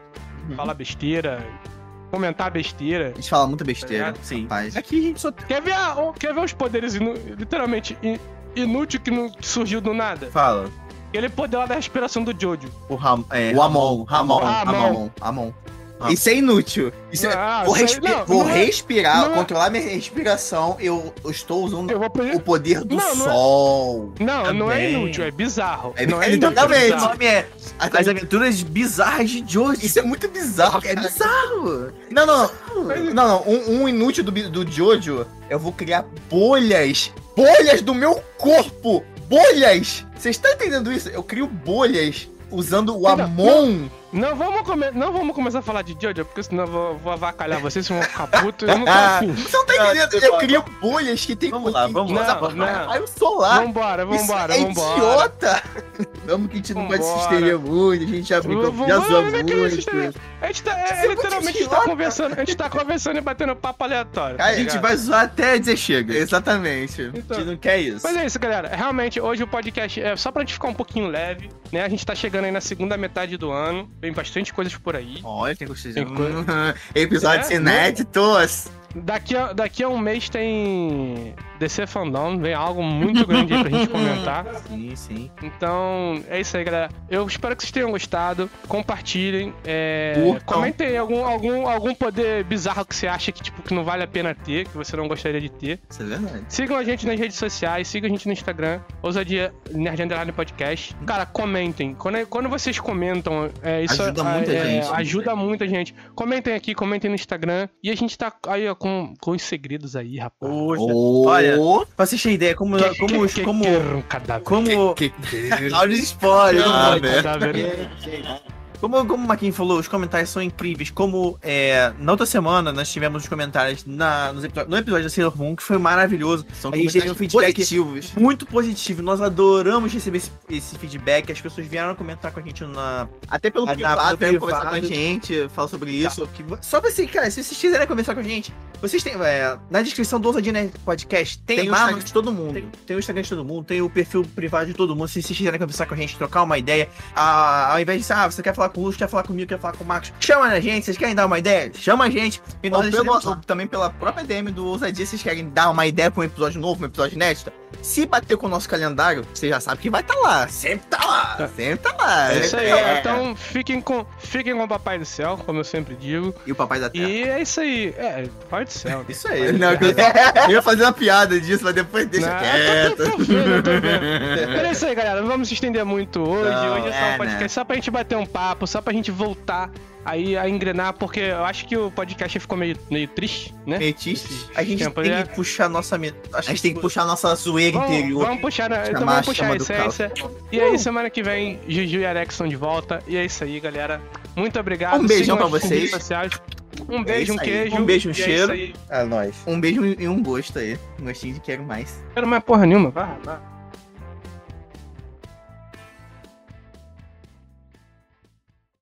[SPEAKER 2] Uhum.
[SPEAKER 1] falar besteira, comentar besteira.
[SPEAKER 2] A gente fala muita
[SPEAKER 1] Tá
[SPEAKER 2] besteira,
[SPEAKER 3] Sim.
[SPEAKER 2] rapaz.
[SPEAKER 3] Aqui a gente só tem.
[SPEAKER 1] Quer ver, a- o- quer ver os poderes inu- literalmente in- inútil que, não, que surgiu do nada?
[SPEAKER 3] Fala.
[SPEAKER 1] Aquele poder lá da respiração do Jojo.
[SPEAKER 3] O Ram... é,
[SPEAKER 2] O Amon, Ramon,
[SPEAKER 1] Ramon.
[SPEAKER 2] Ramon, Ramon. Isso é inútil. Isso é-
[SPEAKER 1] Ah,
[SPEAKER 2] Vou,
[SPEAKER 1] isso aí-
[SPEAKER 2] respi-
[SPEAKER 1] não,
[SPEAKER 2] vou
[SPEAKER 1] não é-
[SPEAKER 2] respirar,
[SPEAKER 1] não é-
[SPEAKER 2] controlar minha respiração. Eu, eu estou usando
[SPEAKER 1] Eu vou pro-
[SPEAKER 2] o poder do
[SPEAKER 1] Não, não é-
[SPEAKER 2] sol.
[SPEAKER 1] Não, não é
[SPEAKER 3] Também.
[SPEAKER 1] inútil, é bizarro.
[SPEAKER 2] É-
[SPEAKER 1] não é
[SPEAKER 2] ele
[SPEAKER 1] inútil,
[SPEAKER 2] também,
[SPEAKER 1] é
[SPEAKER 3] O
[SPEAKER 1] bizarro.
[SPEAKER 3] nome é
[SPEAKER 2] Até-
[SPEAKER 3] As Aventuras Bizarras de Jojo.
[SPEAKER 2] Isso é muito bizarro.
[SPEAKER 3] é
[SPEAKER 2] cara.
[SPEAKER 3] bizarro.
[SPEAKER 2] Não, não, não. Não, não. Um, um inútil do, bi- do Jojo, eu vou criar bolhas. Bolhas do meu corpo. Bolhas. Vocês estão entendendo isso? Eu crio bolhas usando o
[SPEAKER 1] Cara,
[SPEAKER 2] Amon.
[SPEAKER 1] Não vamos, come- não vamos começar a falar de Jojo, porque senão eu vou, vou avacalhar vocês, vocês vão ficar putos. Eu não tô afim.
[SPEAKER 2] Você não tá entendendo?
[SPEAKER 3] Ah,
[SPEAKER 2] Eu crio bolhas que tem...
[SPEAKER 3] Vamos lá,
[SPEAKER 2] que-
[SPEAKER 3] vamos
[SPEAKER 2] que-
[SPEAKER 1] lá,
[SPEAKER 2] que-
[SPEAKER 1] vamos
[SPEAKER 3] é.
[SPEAKER 1] lá.
[SPEAKER 2] Raio solar.
[SPEAKER 1] Vambora,
[SPEAKER 2] ah, Isso
[SPEAKER 1] vambora,
[SPEAKER 2] é
[SPEAKER 1] vambora.
[SPEAKER 2] idiota! Vamos que a gente não pode se
[SPEAKER 1] Vambora.
[SPEAKER 2] estender muito, a gente já brincou,
[SPEAKER 1] Vamos,
[SPEAKER 2] já
[SPEAKER 1] vamos,
[SPEAKER 2] zoou
[SPEAKER 1] vamos, vamos, vamos.
[SPEAKER 2] muito.
[SPEAKER 1] A gente tá, é,
[SPEAKER 2] Isso é muito
[SPEAKER 1] literalmente, a gente tá
[SPEAKER 2] idiota.
[SPEAKER 1] conversando, a gente tá conversando e batendo papo aleatório. tá
[SPEAKER 2] Cara,
[SPEAKER 3] A gente
[SPEAKER 1] ligado?
[SPEAKER 3] vai zoar até dizer chega.
[SPEAKER 2] Exatamente.
[SPEAKER 3] A gente
[SPEAKER 1] Então,
[SPEAKER 3] não quer isso.
[SPEAKER 1] mas é isso, galera. Realmente, hoje o podcast é só pra gente ficar um pouquinho leve, né? A gente tá chegando aí na segunda metade do ano. Tem bastante coisas por aí.
[SPEAKER 2] Olha, tem gostosismo.
[SPEAKER 1] Tem coisa-
[SPEAKER 2] Episódios
[SPEAKER 1] É,
[SPEAKER 3] né?
[SPEAKER 2] inéditos.
[SPEAKER 1] Daqui a, daqui a um mês tem DC Fandom, vem algo muito grande aí pra gente comentar.
[SPEAKER 3] Sim, sim.
[SPEAKER 1] Então, é isso aí, galera. Eu espero que vocês tenham gostado. Compartilhem. É,
[SPEAKER 2] Curtam.
[SPEAKER 1] comentem algum, algum, algum poder bizarro que você acha que, tipo, que não vale a pena ter, que você não gostaria de ter.
[SPEAKER 3] Isso é verdade.
[SPEAKER 1] Sigam a gente nas redes sociais, sigam a gente no Instagram, Ousadia Nerd Underline Podcast. Cara, comentem. Quando, quando vocês comentam, é, isso
[SPEAKER 3] Ajuda
[SPEAKER 1] é,
[SPEAKER 3] muita
[SPEAKER 1] é,
[SPEAKER 3] gente. né?
[SPEAKER 1] Ajuda muita gente. Comentem aqui, comentem no Instagram. E a gente tá aí, ó, com, com os segredos aí, rapaz.
[SPEAKER 2] Oh.
[SPEAKER 3] Olha, pra vocês terem ideia, como.
[SPEAKER 1] Que-
[SPEAKER 3] Como.
[SPEAKER 1] que- que-
[SPEAKER 3] como,
[SPEAKER 1] que- um cadáver.
[SPEAKER 3] como...
[SPEAKER 2] que Deus.
[SPEAKER 3] Olha os spoilers,
[SPEAKER 2] Ah,
[SPEAKER 3] mano.
[SPEAKER 2] velho.
[SPEAKER 1] né?
[SPEAKER 3] É.
[SPEAKER 1] cadáver.
[SPEAKER 3] Como, como o Marquinhos falou, os comentários são incríveis. Como é, na outra semana nós tivemos os comentários na, nos episódios- no episódio da Sailor Moon, que foi maravilhoso.
[SPEAKER 2] São
[SPEAKER 3] A gente teve um
[SPEAKER 2] comentários
[SPEAKER 3] feedback-
[SPEAKER 2] positivos.
[SPEAKER 3] Muito positivo. Nós adoramos receber esse, esse feedback. As pessoas vieram comentar com a gente na.
[SPEAKER 2] Até pelo
[SPEAKER 3] Ah,
[SPEAKER 2] privado,
[SPEAKER 3] pelo
[SPEAKER 2] vem conversar com a
[SPEAKER 3] privado.
[SPEAKER 2] gente, fala sobre isso.
[SPEAKER 3] Isso. que vo- só pra você, cara, se vocês quiserem conversar com a gente, vocês têm. é, na descrição do Ousadia Nerd Podcast tem,
[SPEAKER 2] Tem, o
[SPEAKER 3] lá no
[SPEAKER 2] Instagram de todo mundo.
[SPEAKER 3] Tem, tem o Instagram de todo mundo, tem o perfil privado de todo mundo. Se vocês quiserem conversar com a gente, trocar uma ideia, ah, ao invés de, ah, você quer falar com o Lúcio, quer falar comigo, quer falar com o Marcos, chama a gente. Vocês querem dar uma ideia? Chama a gente. E
[SPEAKER 2] Ou
[SPEAKER 3] nós
[SPEAKER 2] pelo-
[SPEAKER 3] estaremos
[SPEAKER 2] ou
[SPEAKER 3] lá.
[SPEAKER 2] também pela própria DM do Ousadia, vocês querem dar uma ideia pra um episódio novo, um episódio inédito? Se bater com o nosso calendário, você já sabe que vai estar lá. Sempre tá lá. Sempre tá lá.
[SPEAKER 1] É isso aí.
[SPEAKER 2] É.
[SPEAKER 1] Então fiquem com, fiquem com o Papai do Céu, como eu sempre digo.
[SPEAKER 2] E o papai da terra.
[SPEAKER 1] E é isso aí. É, Papai do Céu.
[SPEAKER 3] Isso aí.
[SPEAKER 2] Não, que eu, eu ia fazer uma piada disso, mas depois deixa
[SPEAKER 1] Não, eu
[SPEAKER 2] quieto.
[SPEAKER 1] tô- tô- tô vendo, eu tô vendo. Mas é isso aí, galera. Não vamos se estender muito hoje.
[SPEAKER 3] Não,
[SPEAKER 1] hoje é só
[SPEAKER 3] é,
[SPEAKER 1] um podcast,
[SPEAKER 3] né?
[SPEAKER 1] só pra gente bater um papo, só pra gente voltar aí a engrenar, porque eu acho que o podcast ficou meio, meio triste, né?
[SPEAKER 2] Metiste.
[SPEAKER 3] A gente
[SPEAKER 1] Tempo,
[SPEAKER 3] tem
[SPEAKER 1] né?
[SPEAKER 3] que puxar a nossa. me- Acho
[SPEAKER 2] A gente tem que puxar a nossa zoeira
[SPEAKER 1] Vamos,
[SPEAKER 2] interior.
[SPEAKER 1] vamos puxar, né? Então
[SPEAKER 2] Chamar
[SPEAKER 1] vamos
[SPEAKER 2] a
[SPEAKER 1] puxar
[SPEAKER 2] chama
[SPEAKER 1] isso,
[SPEAKER 2] do
[SPEAKER 1] é
[SPEAKER 2] caos.
[SPEAKER 1] isso. E aí, semana que vem, Juju e Alex estão de volta. E é isso aí, galera. Muito obrigado.
[SPEAKER 2] Um beijão
[SPEAKER 1] Sigam
[SPEAKER 2] pra
[SPEAKER 1] as redes
[SPEAKER 2] vocês.
[SPEAKER 1] sociais. Um
[SPEAKER 2] É
[SPEAKER 1] beijo, um
[SPEAKER 2] isso aí.
[SPEAKER 1] queijo.
[SPEAKER 3] Um beijo, um
[SPEAKER 1] E é
[SPEAKER 3] cheiro.
[SPEAKER 1] isso aí.
[SPEAKER 3] Ah, nós.
[SPEAKER 2] Um beijo e um gosto aí. Um gostinho de quero mais.
[SPEAKER 1] Quero mais porra nenhuma. Vá, vá.